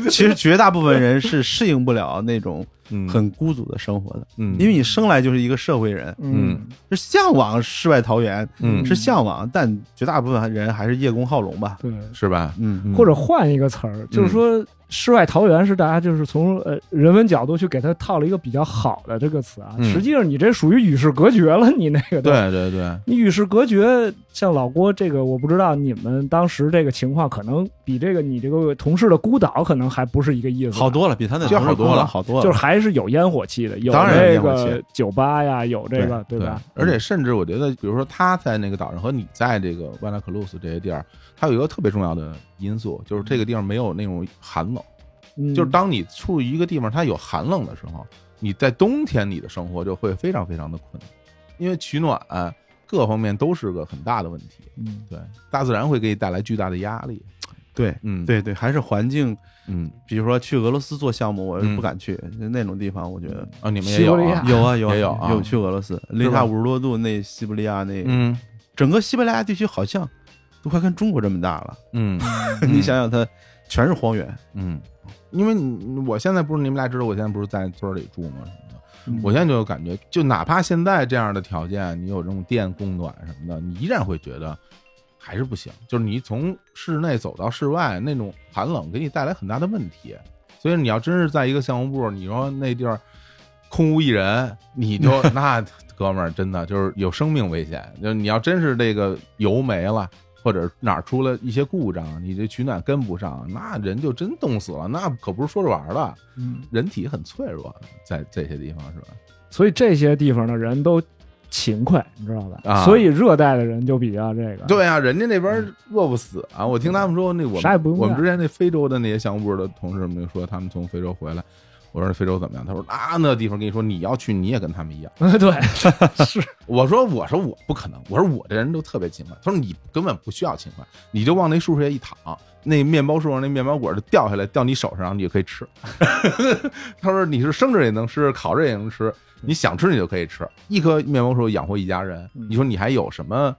Speaker 2: 其实绝大部分人是适应不了那种
Speaker 1: 嗯
Speaker 2: 很孤独的生活的，
Speaker 1: 嗯
Speaker 2: 因为你生来就是一个社会人，
Speaker 1: 嗯
Speaker 2: 是向往世外桃源，
Speaker 1: 嗯
Speaker 2: 是向往，但绝大部分人还是叶公好龙吧，
Speaker 3: 对。
Speaker 1: 是吧？
Speaker 2: 嗯，
Speaker 3: 或者换一个词儿，就是说“世外桃源”是大家就是从呃人文角度去给它套了一个比较好的这个词啊。
Speaker 1: 嗯
Speaker 3: 实际上你这属于与世隔绝了，你那个东西
Speaker 1: 对对对，
Speaker 3: 你与世隔绝，像老郭这个，我不知道你们当时这个情况，可能比这个你这个同事的孤岛可能还不是一个意思。
Speaker 2: 好，多了，比他那
Speaker 1: 这
Speaker 2: 同事
Speaker 1: 好多
Speaker 2: 多
Speaker 1: 了
Speaker 2: 好多了，
Speaker 3: 就是还是有烟火气的，有
Speaker 2: 嗯当然有
Speaker 3: 这
Speaker 2: 烟火
Speaker 3: 个酒吧呀，有这个，对
Speaker 1: 对
Speaker 3: 吧？
Speaker 1: 而且甚至我觉得，比如说他在那个岛上和你在这个万达克鲁斯这些地儿，它有一个特别重要的因素，就是这个地方没有那种寒冷。
Speaker 3: 嗯
Speaker 1: 就是当你处于一个地方它有寒冷的时候，你在冬天你的生活就会非常非常的困难，因为取暖各方面都是个很大的问题。
Speaker 3: 嗯
Speaker 1: 对，大自然会给你带来巨大的压力。
Speaker 2: 对
Speaker 1: 嗯，，
Speaker 2: 对对，还是环境，
Speaker 1: 嗯，
Speaker 2: 比如说去俄罗斯做项目，我
Speaker 1: 嗯
Speaker 2: 不敢去那种地方，我觉得
Speaker 1: 啊，你们
Speaker 3: 西
Speaker 1: 也有
Speaker 3: 伯利
Speaker 1: 啊
Speaker 3: 亚
Speaker 2: 有啊 有啊
Speaker 1: 也有啊
Speaker 2: 有去俄罗斯，零下五十多度那西伯利亚那
Speaker 1: 嗯
Speaker 2: 整个西伯利亚地区好像都快跟中国这么大了，，
Speaker 1: 嗯
Speaker 2: 你想想它全是荒原，
Speaker 1: 嗯，因为你我现在不是你们俩知道，我现在不是在村儿里住吗？什么的，
Speaker 2: 嗯
Speaker 1: 我现在就有感觉，就哪怕现在这样的条件，你有这种电供暖什么的，你依然会觉得还是不行。就是你从室内走到室外，那种寒冷给你带来很大的问题。所以你要真是在一个项目部，你说那地儿空无一人，你就那哥们儿真的就是有生命危险。就是你要真是这个油没了。或者哪儿出了一些故障，你这取暖跟不上，那人就真冻死了。那可不是说着玩儿的，
Speaker 3: 嗯，
Speaker 1: 人体很脆弱，在这些地方是吧？
Speaker 3: 所以这些地方的人都勤快，你知道吧？
Speaker 1: 啊
Speaker 3: 所以热带的人就比较这个，，
Speaker 1: 对啊，人家那边饿不死啊！我听他们说，那我
Speaker 3: 啥也不
Speaker 1: 们
Speaker 3: 用
Speaker 1: 我们
Speaker 3: 干
Speaker 1: 之前那非洲的那些项目部的同事们就说，他们从非洲回来，我说非洲怎么样？他说啊，那地方跟你说，你要去你也跟他们一样。
Speaker 3: 对，是，
Speaker 1: 我说我说我不可能，我说我这人都特别勤快。他说你根本不需要勤快，你就往那树上一躺，那面包树上那面包果就掉下来，掉你手上，然后你就可以吃。 他说你是生着也能吃，烤着也能吃，你想吃你就可以吃。一棵面包树养活一家人，
Speaker 3: 嗯
Speaker 1: 你说你还有什么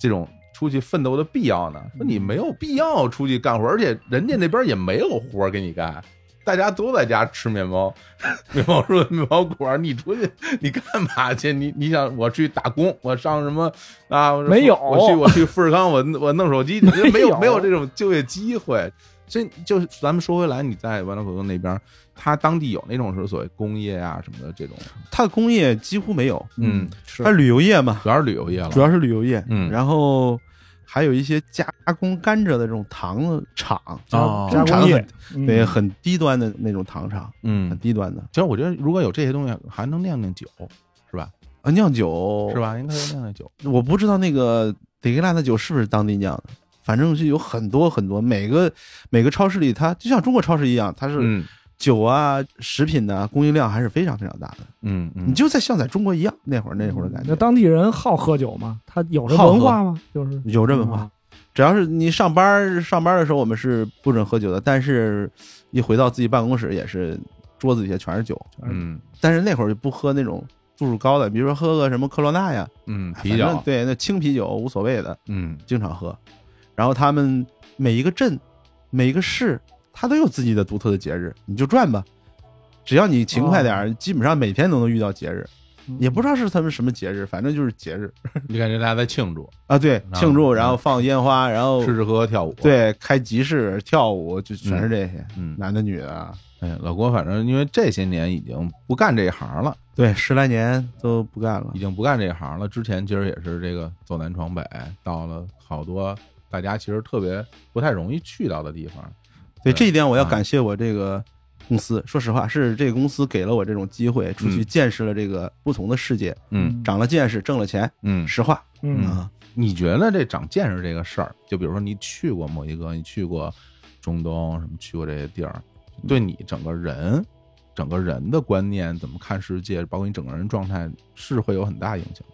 Speaker 1: 这种出去奋斗的必要呢？说
Speaker 3: 嗯
Speaker 1: 你没有必要出去干活，而且人家那边也没有活儿给你干。大家都在家吃面包， 面包树、面包果儿，你出去你干嘛去？你你想我去打工，我上什么啊？我
Speaker 3: 没有
Speaker 1: 我去我去富士康，我我弄手机，没
Speaker 3: 没有
Speaker 1: 没有这种就业机会。所以就是咱们说回来，你在万达口东那边，它当地有那种是所谓工业啊什么的这种，
Speaker 2: 它的工业几乎没有，
Speaker 1: 嗯，
Speaker 3: 是
Speaker 2: 它，旅游业嘛，
Speaker 1: 主要是旅游业了，
Speaker 2: 主要是旅游业，
Speaker 1: 嗯
Speaker 2: 然后还有一些加工甘蔗的这种糖的厂，
Speaker 1: 哦
Speaker 3: 啊加
Speaker 2: 产
Speaker 3: 工业
Speaker 2: 很，
Speaker 3: 嗯
Speaker 2: 对，很低端的那种糖厂，
Speaker 1: 嗯
Speaker 2: 很，低端的
Speaker 1: 其实我觉得如果有这些东西，还能酿酿酒，是吧？
Speaker 2: 啊，酿酒
Speaker 1: 是？吧？应该是酿酿酒，
Speaker 2: 我不知道那个德格拉的酒是不是当地酿的。反正是有很多很多，每个每个超市里它，就像中国超市一样，它是
Speaker 1: 嗯
Speaker 2: 酒啊、食品的供应量还是非常非常大的。
Speaker 1: 嗯嗯，
Speaker 2: 你就在像在中国一样那会儿那会儿的感
Speaker 3: 嗯那
Speaker 2: 觉，
Speaker 3: 当地人好喝酒吗？他有这
Speaker 2: 好喝
Speaker 3: 文化吗？就是啊
Speaker 2: 有这文
Speaker 1: 嗯
Speaker 2: 化。只要是你上班儿上班儿的时候，我们是不准喝酒的，但是一回到自己办公室，也是桌子底下全是酒。
Speaker 1: 嗯
Speaker 2: 但是那会儿就不喝那种度数高的，比如说喝个什么科罗娜呀，
Speaker 1: 嗯
Speaker 2: 哎反
Speaker 1: 啤
Speaker 2: 正
Speaker 1: 酒，
Speaker 2: 对，那清啤酒无所谓的，
Speaker 1: 嗯
Speaker 2: 经常喝。然后他们每一个镇、每一个市，它都有自己的
Speaker 1: 哦
Speaker 2: 独特的节日，你就转吧。只要你勤快点儿，基本上每天都能遇到节日。
Speaker 3: 嗯
Speaker 2: 也不知道是他们什么节日，反正就是节日
Speaker 1: 你感觉大家在庆祝，
Speaker 2: 啊，对，
Speaker 1: 后
Speaker 2: 庆祝，然后放烟花，然后
Speaker 1: 吃吃喝喝跳舞。，
Speaker 2: 哦对开集市、跳舞，就全是这些，
Speaker 1: 嗯
Speaker 2: 男的女的啊，
Speaker 1: 哎，老郭反正因为这些年已经不干这一行了，
Speaker 2: 对，十来年都不干了
Speaker 1: 已，经不干这一行了。之前其实也是这个走南闯北，到了好多大家其实特别不太容易去到的地方。对
Speaker 2: 对这一点，我要
Speaker 1: 啊
Speaker 2: 感谢我这个公司。说实话，是这个公司给了我这种机会，出去
Speaker 1: 嗯
Speaker 2: 见识了这个不同的世界，
Speaker 1: 嗯
Speaker 2: 长了见识，挣了钱。
Speaker 1: 嗯，
Speaker 2: 实话
Speaker 3: 嗯
Speaker 2: 啊，
Speaker 1: 你觉得这长见识这个事儿，就比如说你去过墨西哥，你去过中东，什么去过这些地儿，对你整个人、整个人的观念怎么看世界，包括你整个人状态，是会有很大影响。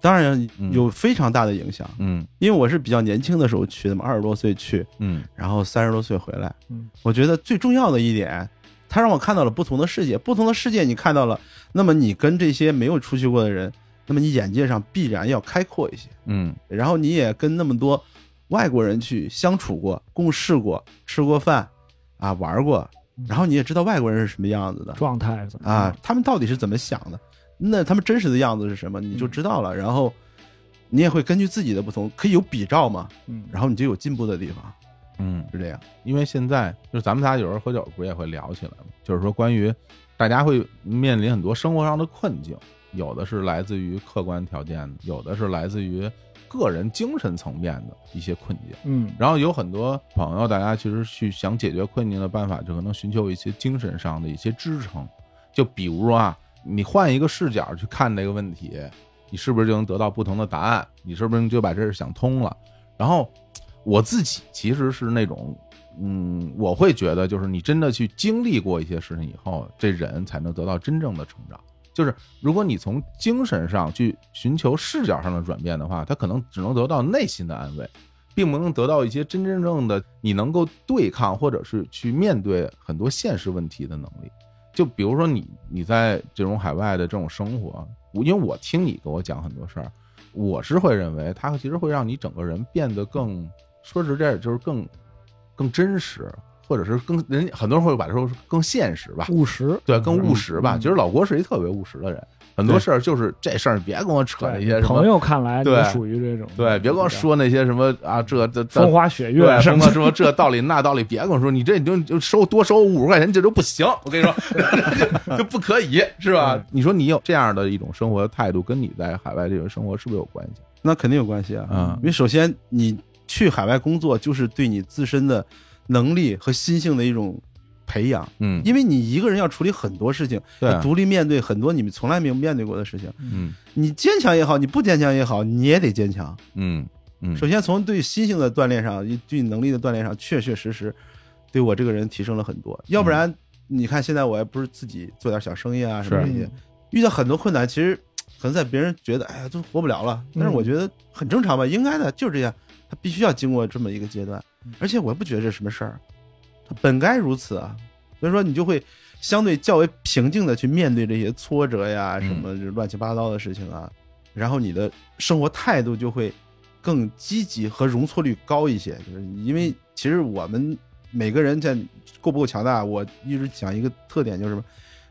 Speaker 2: 当然
Speaker 1: 嗯
Speaker 2: 有非常大的影响。
Speaker 1: 嗯
Speaker 2: 因为我是比较年轻的时候去的嘛，二十多岁去，
Speaker 1: 嗯
Speaker 2: 然后三十多岁回来
Speaker 3: 嗯。
Speaker 2: 我觉得最重要的一点，它让我看到了不同的世界，不同的世界你看到了，那么你跟这些没有出去过的人，那么你眼界上必然要开阔一些。
Speaker 1: 嗯
Speaker 2: 然后你也跟那么多外国人去相处过、共事过、吃过饭啊、玩过，然后你也知道外国人是什么样子的
Speaker 3: 状态怎么样
Speaker 2: 啊，，他们到底是怎么想的，那他们真实的样子是什么，你就知道了。然后你也会根据自己的不同，可以有比照嘛，
Speaker 3: 嗯，
Speaker 2: 然后你就有进步的地方，
Speaker 1: 嗯，
Speaker 2: 是这样。
Speaker 1: 因为现在就是咱们仨有时候喝酒不也会聊起来吗？就是说关于大家会面临很多生活上的困境，有的是来自于客观条件的，有的是来自于个人精神层面的一些困境。
Speaker 3: 嗯
Speaker 1: 然后有很多朋友，大家其实去想解决困境的办法，就可能寻求一些精神上的一些支撑。就比如说啊，你换一个视角去看这个问题，你是不是就能得到不同的答案？你是不是就把这事想通了？然后我自己其实是那种，嗯，我会觉得就是你真的去经历过一些事情以后，这人才能得到真正的成长。就是如果你从精神上去寻求视角上的转变的话，他可能只能得到内心的安慰，并不能得到一些真真正正的你能够对抗或者是去面对很多现实问题的能力。就比如说你你在这种海外的这种生活，我因为我听你给我讲很多事儿，我是会认为它其实会让你整个人变得更说实在就是更更真实，或者是更人很多人会把它说是更现实吧，
Speaker 3: 务实，
Speaker 1: 对，更务实吧。
Speaker 3: 嗯
Speaker 1: 其实老郭是一特别务实的人，很多事儿就是这事儿别跟我扯那些什
Speaker 3: 朋
Speaker 1: 么，
Speaker 3: 友看来
Speaker 1: 对
Speaker 3: 你属于这种，
Speaker 1: 对，别跟我说那些什么啊，这这这
Speaker 3: 风花雪月
Speaker 1: 对，
Speaker 3: 什
Speaker 1: 什
Speaker 3: 么
Speaker 1: 么说这道理那道理，别跟我说，你这你就就收多收五十块钱，这都不行。我跟你说， 就就不可以，是吧
Speaker 3: 嗯？
Speaker 1: 你说你有这样的一种生活态度，跟你在海外这个生活是不是有关系？
Speaker 2: 那肯定有关系啊，
Speaker 1: 嗯
Speaker 2: 因为首先你去海外工作，就是对你自身的能力和心性的一种培养，
Speaker 1: 嗯
Speaker 2: 因为你一个人要处理很多事情，
Speaker 1: 对
Speaker 2: 要独立面对很多你们从来没有面对过的事情。
Speaker 1: 嗯
Speaker 2: 你坚强也好，你不坚强也好，你也得坚强。
Speaker 1: 嗯嗯，
Speaker 2: 首先从对心性的锻炼上，一对能力的锻炼上，确确实实对我这个人提升了很多。
Speaker 1: 嗯
Speaker 2: 要不然，你看现在我也不是自己做点小生意啊什么
Speaker 1: 是
Speaker 2: 这些，遇到很多困难，其实嗯可能在别人觉得哎呀都活不了了，
Speaker 1: 嗯
Speaker 2: 但是我觉得很正常吧，应该的，就是这样。他必须要经过这么一个阶段
Speaker 3: 嗯，
Speaker 2: 而且我也不觉得这是什么事儿，他本该如此啊。所以说你就会相对较为平静的去面对这些挫折呀，
Speaker 1: 嗯
Speaker 2: 什么这乱七八糟的事情啊，然后你的生活态度就会更积极和容错率高一些，就是因
Speaker 1: 嗯
Speaker 2: 为其实我们每个人在够不够强大，我一直讲一个特点就是什么，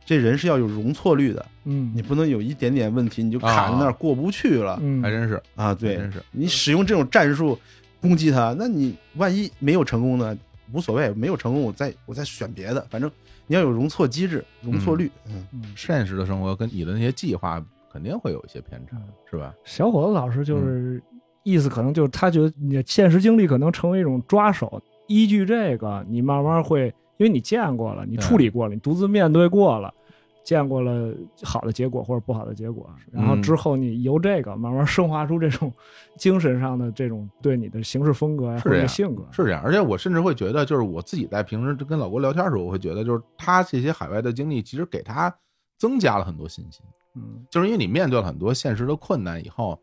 Speaker 2: 这人是要有容错率的，
Speaker 3: 嗯，
Speaker 2: 你不能有一点点问题你就卡在那
Speaker 1: 啊
Speaker 2: 儿过不去了
Speaker 3: 嗯
Speaker 1: 还真是，
Speaker 2: 啊！对
Speaker 1: 真是，
Speaker 2: 你使用这种战术攻击他，那你万一没有成功呢？无所谓，没有成功我再我再选别的，反正你要有容错机制、容错率。嗯，
Speaker 3: 嗯
Speaker 1: 现实的生活跟你的那些计划肯定会有一些偏差，是吧？
Speaker 3: 小伙子老师
Speaker 1: 嗯
Speaker 3: 就是意思，可能就是他觉得你的现实经历可能成为一种抓手，依据这个，你慢慢会，因为你见过了，你处理过了，你独自面对过了，见过了好的结果或者不好的结果，
Speaker 1: 嗯
Speaker 3: 然后之后你由这个慢慢升华出这种 精神上的这种对你的行事风格呀
Speaker 1: 是
Speaker 3: 或
Speaker 1: 这
Speaker 3: 者
Speaker 1: 样
Speaker 3: 性格，
Speaker 1: 是这样，而且我甚至会觉得，就是我自己在平时跟老郭聊天的时候，我会觉得，就是他这些海外的经历，其实给他增加了很多信心。
Speaker 3: 嗯
Speaker 1: 就是因为你面对了很多现实的困难以后，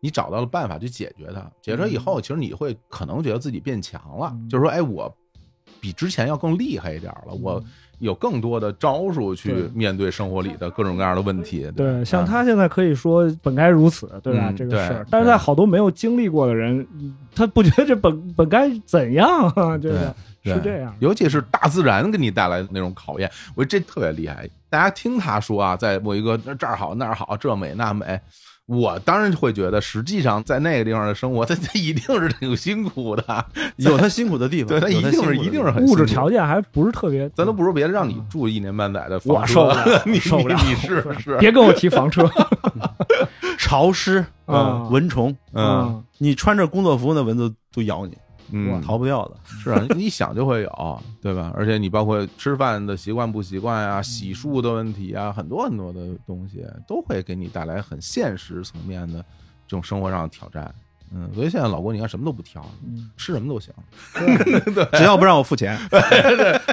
Speaker 1: 你找到了办法去解决它。解决以后，其实你会可能觉得自己变强了，
Speaker 3: 嗯
Speaker 1: 就是说，哎，我比之前要更厉害一点了，我有更多的招数去
Speaker 3: 嗯对
Speaker 1: 面对生活里的各种各样的问题。啊吧
Speaker 3: 对，像，他现在可以说本该如此，对吧？
Speaker 1: 嗯
Speaker 3: 这个事儿
Speaker 1: 对，
Speaker 3: 但是在好多没有经历过的人，他不觉得这本本该怎样啊？这
Speaker 1: 对
Speaker 3: 个，是这样。
Speaker 1: 尤其是大自然给你带来的那种考验，我觉得这特别厉害。大家听他说啊，在墨西哥那这儿好那儿好，这美那美，我当然会觉得，实际上在那个地方的生活，他 他一定是挺辛苦的，
Speaker 2: 嗯有他辛苦的地方，
Speaker 1: 对他
Speaker 2: 有
Speaker 1: 一定
Speaker 2: 辛苦
Speaker 1: 是
Speaker 2: 的
Speaker 1: 一
Speaker 2: 地
Speaker 1: 定
Speaker 2: 方
Speaker 1: 是很
Speaker 3: 物质
Speaker 1: 辛苦
Speaker 3: 条件还不是特别，
Speaker 1: 咱都不如别让你住一年半载的房
Speaker 3: 嗯我
Speaker 1: 车
Speaker 3: 受不
Speaker 1: ，
Speaker 3: 了
Speaker 1: 你
Speaker 3: 受不了，
Speaker 1: 你你是
Speaker 3: 受不了
Speaker 1: 是
Speaker 3: 别跟我提房车
Speaker 2: 潮湿
Speaker 3: 啊
Speaker 2: 蚊虫，
Speaker 1: 嗯，
Speaker 2: 你穿着工作服，那蚊子都咬你，
Speaker 1: 嗯，
Speaker 2: 逃不掉的。
Speaker 1: 是啊，你一想就会有，对吧？而且你包括吃饭的习惯不习惯啊，洗
Speaker 3: 嗯
Speaker 1: 漱的问题啊，很多很多的东西都会给你带来很现实层面的这种生活上的挑战。嗯，所以现在老郭，你看什么都不挑，
Speaker 3: 嗯
Speaker 1: 吃什么都行，
Speaker 2: 只要不让我付钱，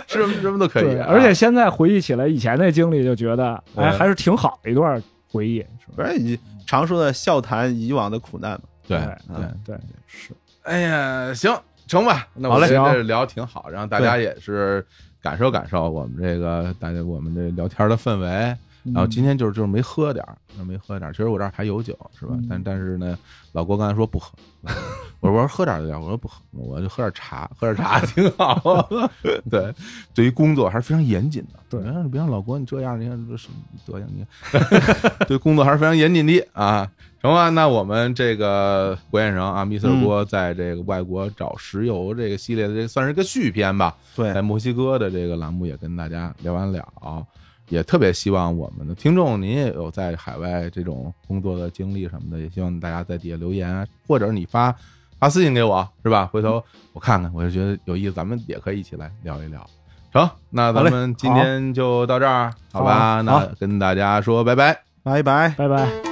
Speaker 1: 吃什么什么都 可以
Speaker 3: 对，
Speaker 1: 啊、
Speaker 3: 而且现在回忆起来以前那经历，就觉得哎
Speaker 1: 嗯
Speaker 3: 还是挺好的一段回忆，是吧？
Speaker 2: 不是你常说的笑谈以往的苦难嘛。
Speaker 1: 对嗯对，
Speaker 3: 对对是，
Speaker 1: 哎呀，行成吧，那
Speaker 3: 好
Speaker 1: 我
Speaker 3: 嘞
Speaker 1: 们这
Speaker 3: 行
Speaker 1: 聊挺好，让大家也是感受感受我们这个大家我们这聊天的氛围。然
Speaker 3: 然
Speaker 1: 后今天就是就是没喝点儿，没喝点儿。其实我这儿还有酒，是吧
Speaker 3: 嗯？
Speaker 1: 但但是呢，老郭刚才说不喝，我说我说喝点儿就点儿，我说不喝，我就喝点儿茶，喝点儿茶 挺好。对，对于工作还是非常严谨的。
Speaker 3: 对
Speaker 1: 别让别让老郭你这样，你看这什么德行？你看 对工作还是非常严谨的啊。成吧，那我们这个郭先生啊，Mr.
Speaker 2: 嗯
Speaker 1: 郭在这个外国找石油这个系列的这算是个续篇吧，
Speaker 2: 对
Speaker 1: 在，墨西哥的这个栏目也跟大家聊完了，也特别希望我们的听众，您也有在海外这种工作的经历什么的，也希望大家在底下留言，啊或者你发发私信给我，是吧？回头我看看，我就觉得有意思，咱们也可以一起来聊一聊。成，那咱
Speaker 2: 好嘞
Speaker 1: 们今天就到这儿，好吧？
Speaker 2: 好
Speaker 1: 那跟大家说拜拜。
Speaker 2: 拜拜。
Speaker 3: 拜拜。